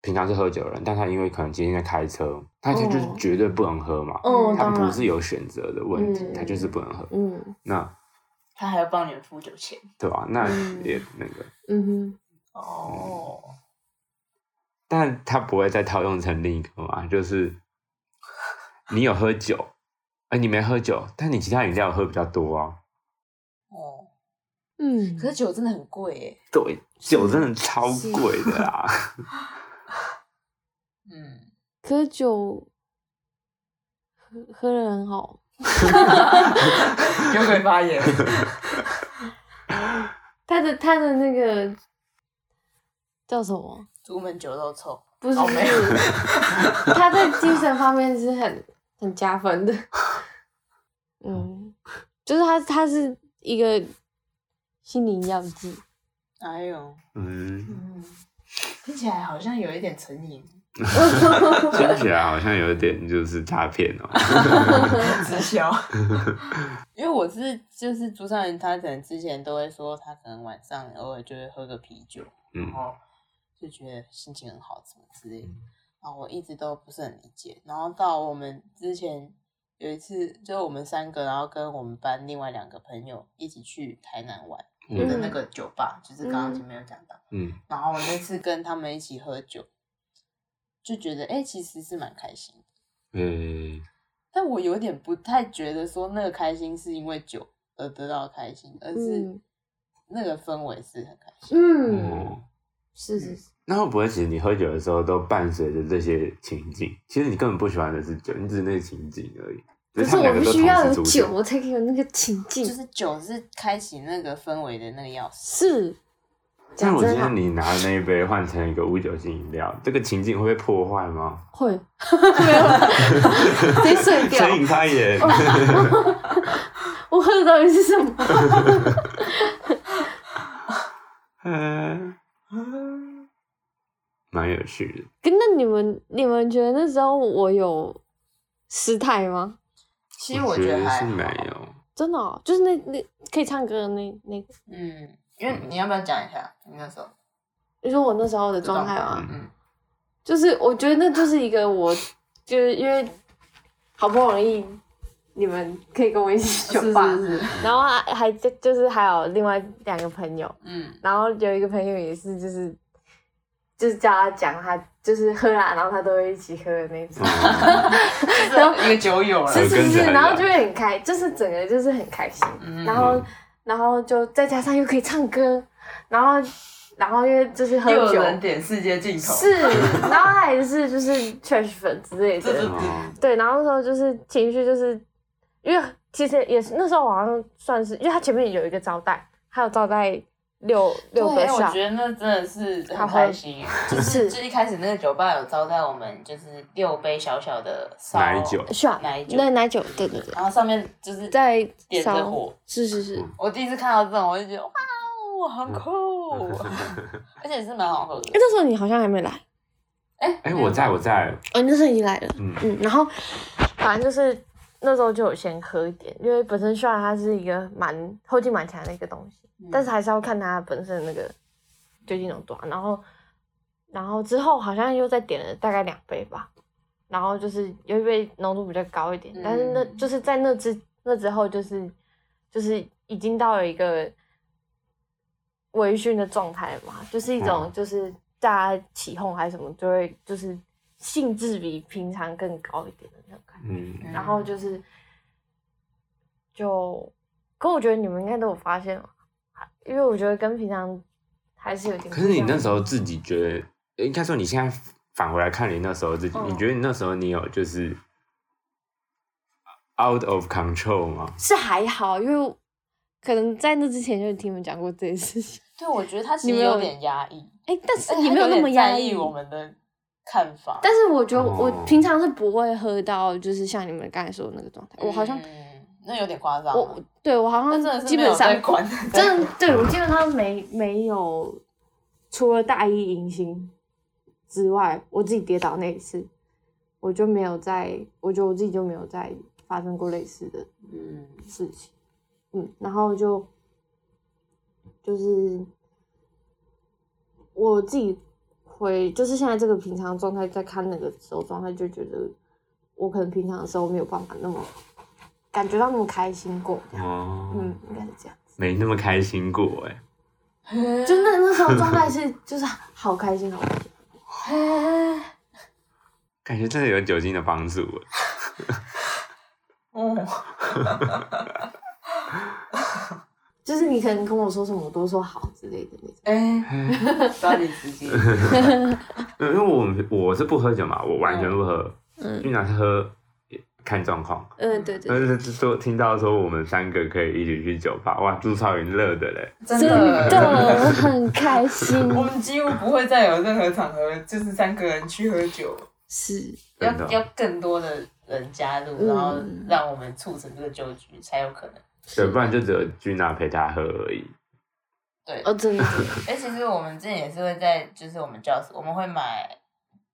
C: 平常是喝酒的人，但他因为可能今天在开车，他就就是
A: 哦
C: 绝对不能喝嘛。
A: 嗯，
C: 他
A: 当
C: 不
A: 然，
C: 是有选择的问题，
A: 嗯
C: 他就是不能喝。
A: 嗯
C: 那
D: 他还要帮你们付酒钱
C: 对吧、那
A: 嗯
C: 也那个，
A: 嗯哼，
D: 哦。
C: 但他不会再套用成另一个嘛，就是你有喝酒，哎，你没喝酒，但你其他饮料喝比较多啊。
D: 哦，
A: 嗯，
D: 可是酒真的很贵耶。
C: 对，酒真的超
A: 是
C: 贵的啦。
D: 嗯，
A: 可是酒喝喝的很好，
D: 有鬼发 言。
A: 他的他的那个叫什么？
D: 出门酒肉臭，
A: 不是，
D: 哦
A: 不
D: 没有
A: 是，他在精神方面是很很加分的。 嗯，就是他他是一个心灵药剂。
D: 哎呦，
C: 嗯，
D: 嗯，听起来好像有一点成瘾，
C: 听起来好像有点就是诈骗哦。
D: 直 销。因为我是就是朱尚云，他可能之前都会说，他可能晚上偶尔就会喝个啤酒，
C: 嗯
D: 然，后就觉得心情很好，什么之类的。
C: 嗯
D: 然后我一直都不是很理解。然后到我们之前有一次，就我们三个，然后跟我们班另外两个朋友一起去台南玩
C: 嗯
D: 的那个酒吧，就是刚刚前面有讲到。
C: 嗯
D: 然后我那次跟他们一起喝酒，就觉得哎、诶其实是蛮开心的。
C: 诶、
D: 但我有点不太觉得说那个开心是因为酒而得到的开心，而是
A: 嗯
D: 那个氛围是很开心。
A: 嗯，
C: 哦，嗯
A: 是是是，
C: 那会不会其实你喝酒的时候都伴随着这些情景？其实你根本不喜欢的是酒，你只是那个情景而已。
A: 可
C: 只
A: 是
C: 他们
A: 我
C: 两个
A: 必
C: 都
A: 须要有
C: 同时出
A: 酒，
C: 现。
A: 我才有那个情境。
D: 就是酒是开启那个氛围的那个钥匙。
A: 是，
C: 但
A: 讲
C: 我今
A: 真好
C: 天你拿的那一杯换成一个无酒精饮料，这个情景会被破坏 吗？
A: 会没 有，直接碎掉。
C: 谁引 开眼？
A: 我喝的到底是什么？
C: 嗯， 蛮有趣的。
A: 那你们你们觉得那时候我有失态吗？
D: 其实我
C: 觉
D: 觉得还
C: 是
D: 好
C: 没 有，
A: 真的、哦，就是那那可以唱歌的那那个，
D: 嗯，因为你要不要讲一下你那时候？
A: 你说我那时候的状态吗？
C: 嗯
D: 嗯，
A: 就是我觉得那就是一个我，就是因为好不容易你们可以跟我一起去酒吧，
D: 是，
A: 然后还还就是还有另外两个朋友，
D: 嗯，
A: 然后有一个朋友也是就是就是叫他讲他就是喝啊，然后他都会一起喝的那种，
C: 哦
D: 就是一个酒友了。
A: 是是
C: 跟
A: 是，
C: 着来
A: 然后
C: 的
A: 就会很开，就是整个就是很开心，
D: 嗯
A: 然后
C: 嗯
A: 然后就再加上又可以唱歌，然后然后又就是喝
D: 又有
A: 酒。
D: 人点世界尽头，
A: 是，然后他也是就是 trash 粉之类
D: 这
A: 的
D: 是，
C: 哦
A: 对，然后那时候就是情绪，就是因为其实也是那时候我好像算是，因为他前面有一个招待，还有招待六六个
D: 对，我
A: 小，
D: 觉得那真的是
A: 好
D: 很
A: 喝
D: 开心，就
A: 是
D: 是就一开始那个酒吧有招待我们，就是六杯小小的烧
C: 奶酒
A: 是啊，
D: 奶酒，
A: 那奶酒，对对对，
D: 然后上面就是
A: 在
D: 点着
A: 烧，
D: 火。
A: 是是哎是，
D: 我第一次看到这种，我就觉得哇哦，好酷，哦 而且是蛮好喝
A: 哎，
D: 的。
A: 那时候你好像还没来，
D: 哎
C: 哎，我在我在，
A: 哦，你那时候已经来了，
C: 嗯，
A: 嗯，然后反正就是那时候就有先喝一点，因为本身虽然它是一个蛮后劲蛮强的一个东西，但是还是要看它本身的那个酒精浓度啊。然后，然后之后好像又再点了大概两杯吧，然后就是有一杯浓度比较高一点，但是那
D: 嗯
A: 就是在那之那之后就是就是已经到了一个微醺的状态嘛，就是一种
C: 嗯
A: 就是大家起哄还是什么，就会就是兴致比平常更高一点的那种感觉。
C: 嗯，
D: 嗯
A: 然后就是就，可我觉得你们应该都有发现嘛，因为我觉得跟平常还是有点不一样。
C: 可是你那时候自己觉得，应该说你现在返回来看你那时候自己，
A: 嗯
C: 你觉得你那时候你有就是 out of control 吗？
A: 是还好，因为可能在那之前就听你们讲过这件事情。
D: 对，我觉得他其
A: 你
D: 实
A: 没有
D: 有点压抑，
A: 哎，但是
D: 而且
A: 你
D: 他
A: 没
D: 有
A: 那么
D: 点
A: 压
D: 在
A: 抑
D: 意我。们的看法。
A: 但是我觉得我
C: 哦
A: 平常是不会喝到，就是像你们刚才说的那个状态。我好像，
D: 嗯那有点夸张啊，
A: 我对我好
D: 那
A: 像
D: 真的是
A: 基
D: 没
A: 本
D: 有
A: 上
D: 在管，
A: 真的对我基本上没没有，除了大一迎新之外，我自己跌倒那一次，我就没有再，我觉得我自己就没有再发生过类似的
D: 嗯，
A: 事情，嗯，然后就就是我自己回，就是现在这个平常状态，在看那个时候状态，就觉得我可能平常的时候没有办法那么感觉到那么开心过，
C: 哦，
A: 嗯，应该是这样。
C: 没那么开心过哎。
A: 就那那时 候状态是就是好开心，好开心。
C: 感觉真的有酒精的帮助哎，
D: 嗯，
A: 就是你可能跟我说什么，我都说好之类的那种。
D: 哎， 抓紧时间，
C: 没有因为我们我是不喝酒嘛，我完全不喝，
A: 嗯
C: 因为是喝看状况。
A: 嗯，对对
C: 但是说听到说我们三个可以一起去酒吧，哇，朱超云乐的嘞，
D: 真
A: 真
D: 的。
A: 的很开心，
D: 我们几乎不会再有任何场合，就是三个人去喝酒，
A: 是
D: 要
C: 真的
D: 要更多的人加入，
A: 嗯
D: 然后让我们促成这个酒局才有可能。
C: 对，不然就只有君娜陪他喝而已。
D: 对，
A: 哦，真的，
D: 哎，其实我们之前也是会在，就是我们教室，我们会买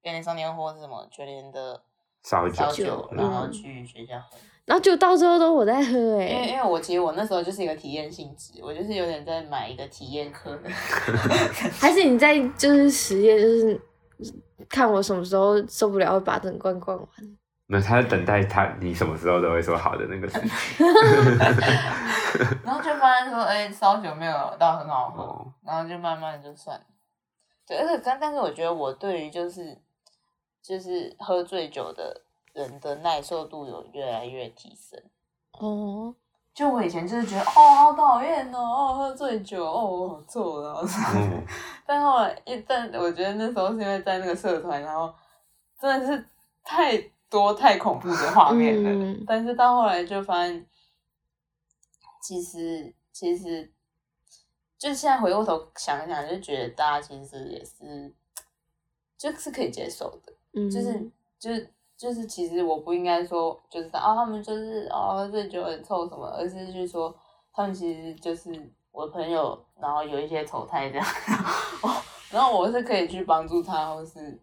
D: 便利商店或是什么全联的
C: 烧酒
D: 烧，
A: 酒
D: 酒，然后
A: 嗯
D: 去学校喝。
A: 然后就到最后都我在喝哎、
D: 因为因为我其实我那时候就是一个体验性质，我就是有点在买一个体验课的。
A: 还是你在就是实验，就是看我什么时候受不了，会把整罐灌完。
C: 没有，他在等待他你什么时候都会说好的那个事情。
D: 然后就发现说，哎、烧酒没有到很好喝，
C: 哦
D: 然后就慢慢就算了。对，而且但但是我觉得我对于就是就是喝醉酒的人的耐受度有越来越提升。
A: 哦，
D: 就我以前就是觉得哦好讨厌哦，哦喝醉酒哦 我好臭然后什么的
C: 嗯，
D: 但后来一但我觉得那时候是因为在那个社团，然后真的是太多太恐怖的画面了。
A: 嗯
D: 但是到后来就发现，其实其实就是现在回过头想一想，就觉得大家其实也是就是可以接受的。
A: 嗯，
D: 就是就是就是，其实我不应该说就是啊，他们就是啊喝醉酒很臭什么，而是就是说他们其实就是我朋友，然后有一些丑态这样， 然后我是可以去帮助他，或是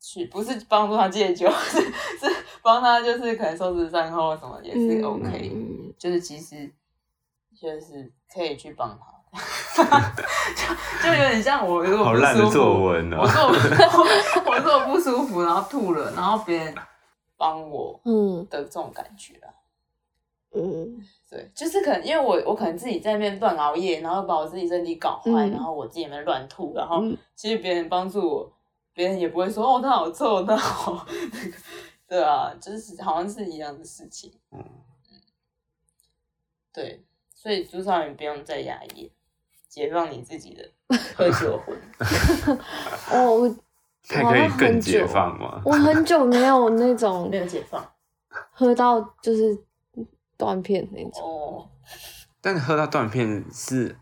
D: 去不是帮助他戒酒， 是是帮他就是可能收拾善后什么嗯也是 OK，、
A: 嗯
D: 就是其实就是可以去帮他。 就就有点像我，如果
C: 好
D: 不
C: 烂的
D: 舒服
C: 作文哦
D: 我！说我我说我不舒服，然后吐了，然后别人帮我
A: 嗯
D: 的这种感觉啊，
A: 嗯
D: 对，就是可能因为我我可能自己在那边乱熬夜，然后把我自己身体搞坏，
A: 嗯
D: 然后我自己在那边乱吐，然后
A: 嗯
D: 其实别人帮助我，别人也不会说哦他好臭，他好 对啊，就是好像是一样的事情，嗯，对，所以朱少云不用再压抑，解放你自己的喝酒魂，
A: 哦，我
C: 看
A: 哇
C: 可以
A: 那很
C: 更解
A: 久
C: 放吗？
A: 我很久没有那 种
D: 没有解放
A: 喝到就是断片那种，
D: 哦。
C: 但喝到断片是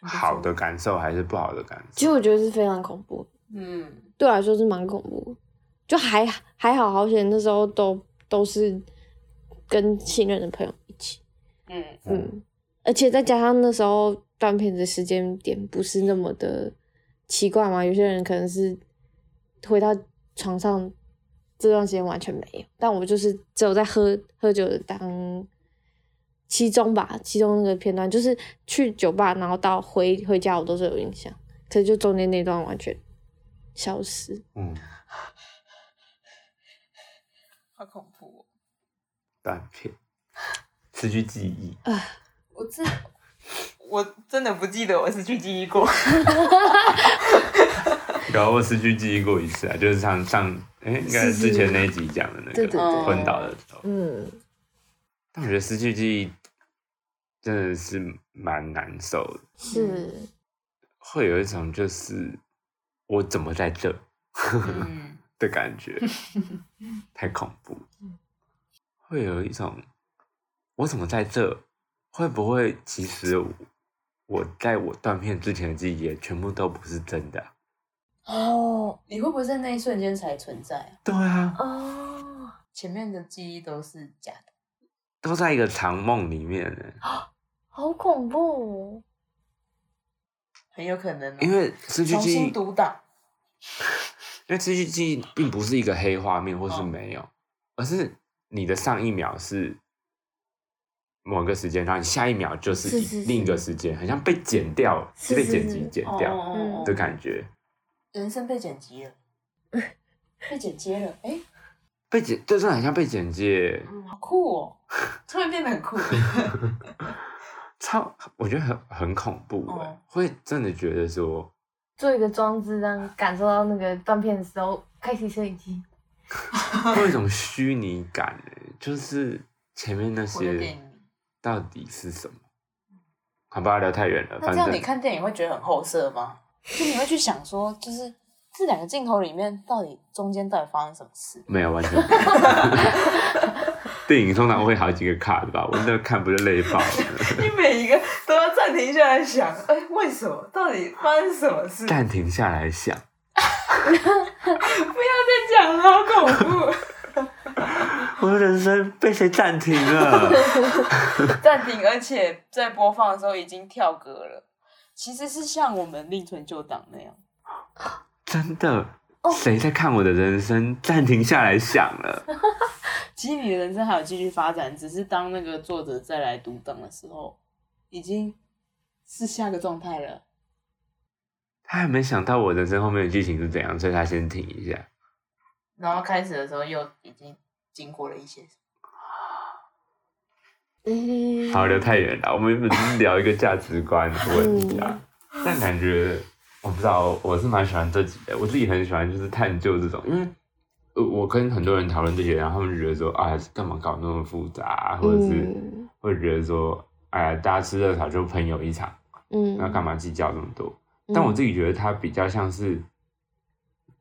C: 好的感受还是不好的感
A: 其实
C: 受？
A: 我觉得是非常恐怖，
D: 嗯
A: 对我来说是蛮恐怖的，就还还好，好险那时候都都是跟信任的朋友一起，
D: 嗯
A: 嗯，而且再加上那时候断片的时间点不是那么的奇怪嘛，有些人可能是回到床上这段时间完全没有，但我就是只有在喝喝酒的当其中吧，其中那个片段就是去酒吧，然后到回回家我都是有印象，可是就中间那段完全消失。
C: 嗯，
D: 好恐怖、哦！
C: 断片，失去记忆。
D: 我真 我真的不记得我是去记忆过，
C: 然后我失去记忆过一次啊，就是上上哎，应该是之前那一集讲的那
A: 对对
C: 个
A: 对
C: 昏倒的时候。
A: 嗯，
C: 但我觉得失去记忆真的是蛮难受的，
A: 是，
C: 会有一种就是我怎么在这
D: 嗯，
C: 的感觉，太恐怖，会有一种我怎么在这？会不会其实我我在我断片之前的记忆也全部都不是真的啊？
D: 哦，你会不会在那一瞬间才存在啊？
C: 对啊，
D: 哦，前面的记忆都是假的，
C: 都在一个长梦里面呢。
D: 好恐怖、哦，很有可能、哦，
C: 因为失去
D: 重
C: 记忆，
D: 新
C: 因
D: 读档，
C: 为失去记忆并不是一个黑画面或是没有，而是你的上一秒是某个时间，然后你下一秒就是是
A: 是是
C: 另一个时间，好像被剪掉，
A: 是
C: 被
A: 是
C: 剪
A: 是
C: 辑剪
D: 哦
C: 掉
D: 哦哦哦
C: 的感觉。
D: 人生被剪辑了，被剪接了，哎、
C: 被剪，就是很像被剪接，
D: 好酷哦，突然变得很酷，
C: 超，我觉得很很恐怖哎、
D: 哦
C: 会真的觉得说，
E: 做一个装置，让感受到那个断片的时候，开启摄影机。
C: 会有一种虚拟感哎、就是前面那
D: 我的电
C: 些
D: 影。
C: 到底是什么？好吧，聊太远了，
D: 那
C: 反
D: 这
C: 正
D: 样你看电影会觉得很后色吗？就你会去想说，就是这两个镜头里面到底中间到底发生什么事？
C: 没有完全没有。 电影通常会好几个卡的吧，我那看不就累爆了？
B: 你每一个都要暂停下来想，哎、为什么？到底发生什么事？
C: 暂停下来想，
B: 再讲了，好恐怖！
C: 我的人生被谁暂停了？
D: 暂停，而且在播放的时候已经跳格了。其实是像我们另存旧档那样，
C: 真的，
D: 哦
C: 谁在看我的人生暂停下来想了？
D: 其实你的人生还有继续发展，只是当那个作者再来读档的时候，已经是下个状态了。
C: 他还没想到我人生后面的剧情是怎样，所以他先停一下。
D: 然后开始的时候又已经经过了一些，
A: 嗯
C: 好，聊太远了，我们原本只是聊一个价值观的问题啊，但感觉我不知道，我是蛮喜欢这集的，我自己很喜欢就是探究这种，因为呃我跟很多人讨论这些，然后他们就觉得说，哎呀，干嘛搞那么复杂啊、或者是
A: 嗯
C: 会觉得说，哎呀，大家吃热炒就朋友一场，
A: 嗯，
C: 那干嘛计较这么多？但我自己觉得它比较像是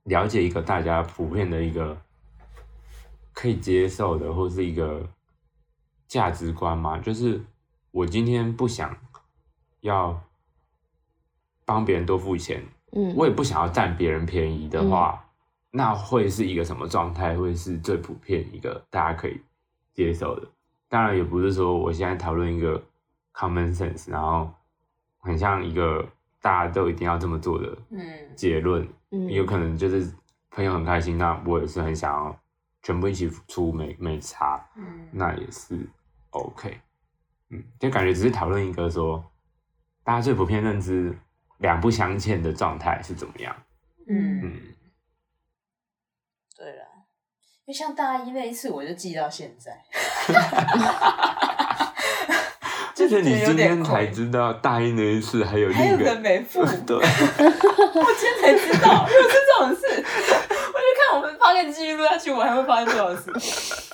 C: 了解一个大家普遍的一个可以接受的，或是一个价值观吗？就是我今天不想要帮别人多付钱，
A: 嗯，
C: 我也不想要占别人便宜的话，那会是一个什么状态？会是最普遍一个大家可以接受的。当然，也不是说我现在讨论一个 common sense，然后很像一个大家都一定要这么做的
D: 嗯
C: 结论。
A: 嗯
C: 有可能就是朋友很开心，那我也是很想要全部一起出没没差，
D: 嗯
C: 那也是 OK。嗯，就感觉只是讨论一个说大家最普遍认知两不相欠的状态是怎么样。
D: 嗯，
C: 嗯，
D: 对了，因为像大一那一次，我就记到现在。
C: 就是
B: 觉
C: 你
B: 得有
C: 今
B: 点
C: 天才
B: 亏
C: 知道大一那一次还有
B: 还
C: 另
B: 有
C: 一
B: 个
C: 个，
B: 美妇，
C: 对，
D: 我今天才知道有这种事，我就看我们发现记录下去，我还会发现这种事。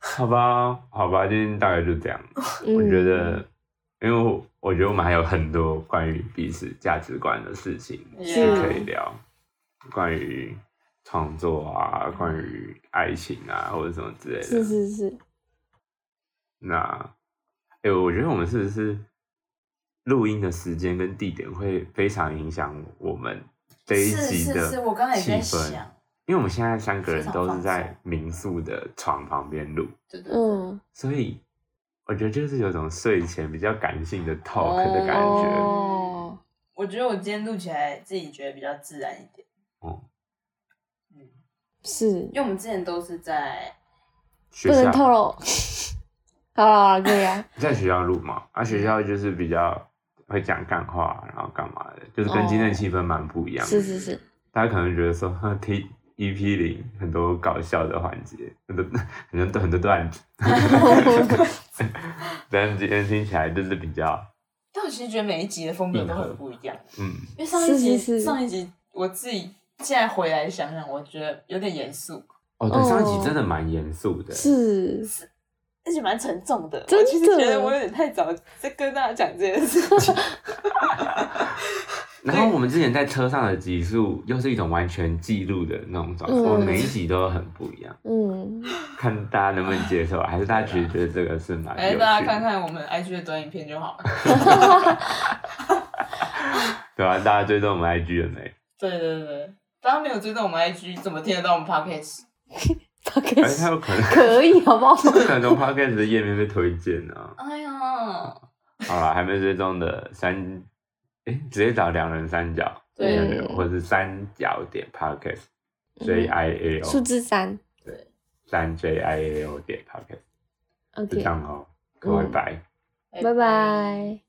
C: 好吧，好吧，今天大概就这样。
A: 嗯
C: 我觉得，因为我我觉得我们还有很多关于彼此价值观的事情，是
D: 啊
C: 可以聊关于创作啊，关于爱情啊，或者什么之类的。
A: 是是是，
C: 那，哎、我觉得我们是不是录音的时间跟地点会非常影响我们 这一
D: 是
C: 集
D: 是
C: 的
D: 是我刚才也
C: 气
D: 在
C: 氛
D: 想
C: 因为我们现在三个人
D: 非常
C: 都是
D: 放
C: 在
D: 松
C: 民宿的床旁边录，
D: 对对对
A: 嗯，
C: 所以我觉得就是有种睡前比较感性的 talk
D: 哦
C: 的感觉。
A: 哦，
D: 我觉得我今天录起来自己觉得比较自然一点，
A: 是
D: 因为我们之前都是在
C: 学
A: 不能
C: 校
A: 透露。 好啦，可以 啊，
C: 你在学校录嘛，啊，学校就是比较会讲干话，然后干嘛的，就是跟今天的气氛蛮不一样的。
A: 是是是，
C: 大家可能觉得说， 呵，T EP 零很多搞笑的环节，很多 很多很多段子， 但今天听起来就是比较，
D: 但我其实觉得每一集的风格都很不一样，
C: 嗯，
D: 因为上一集
A: 是是是
D: 上一集我自己现在回来想想，我觉得有点严肃，
C: 哦，对，上一集真的蛮严肃的，
A: 是
D: 而且蛮沉重的。
A: 真的
D: 我其实觉得我有点太早在跟大家讲这 件事情。
C: 然后我们之前在车上的集数又是一种完全记录的那种状态，
A: 嗯
C: 我们每一集都很不一样，
A: 嗯，
C: 看大家能不能接受，还是大家其实觉得这个是蛮有
D: 哎，
C: 趣的。
D: 大家看看我们 IG 的短影片就好了。
C: 对啊，大家追踪我们 IG 了没？
D: 对对对对，大家没有追踪我们 IG，怎么听得到我们 Podcast？
A: 大概
C: 哎，他
A: 是
C: 有可能，
A: 可以，好 不好？
C: 可能 Podcast 的页面被推荐啊。
D: 哎呀，
C: 好了，还没追踪的三，哎、直接找两人三角，
D: 对
C: 两人或者是三角点 Podcast。
A: 嗯
C: J I A
A: 数
C: O
A: 字三
C: 三 J I A O 点 podcast，就这
A: ，OK，
C: 样哦，各位
A: 嗯
C: 拜。
A: 拜拜。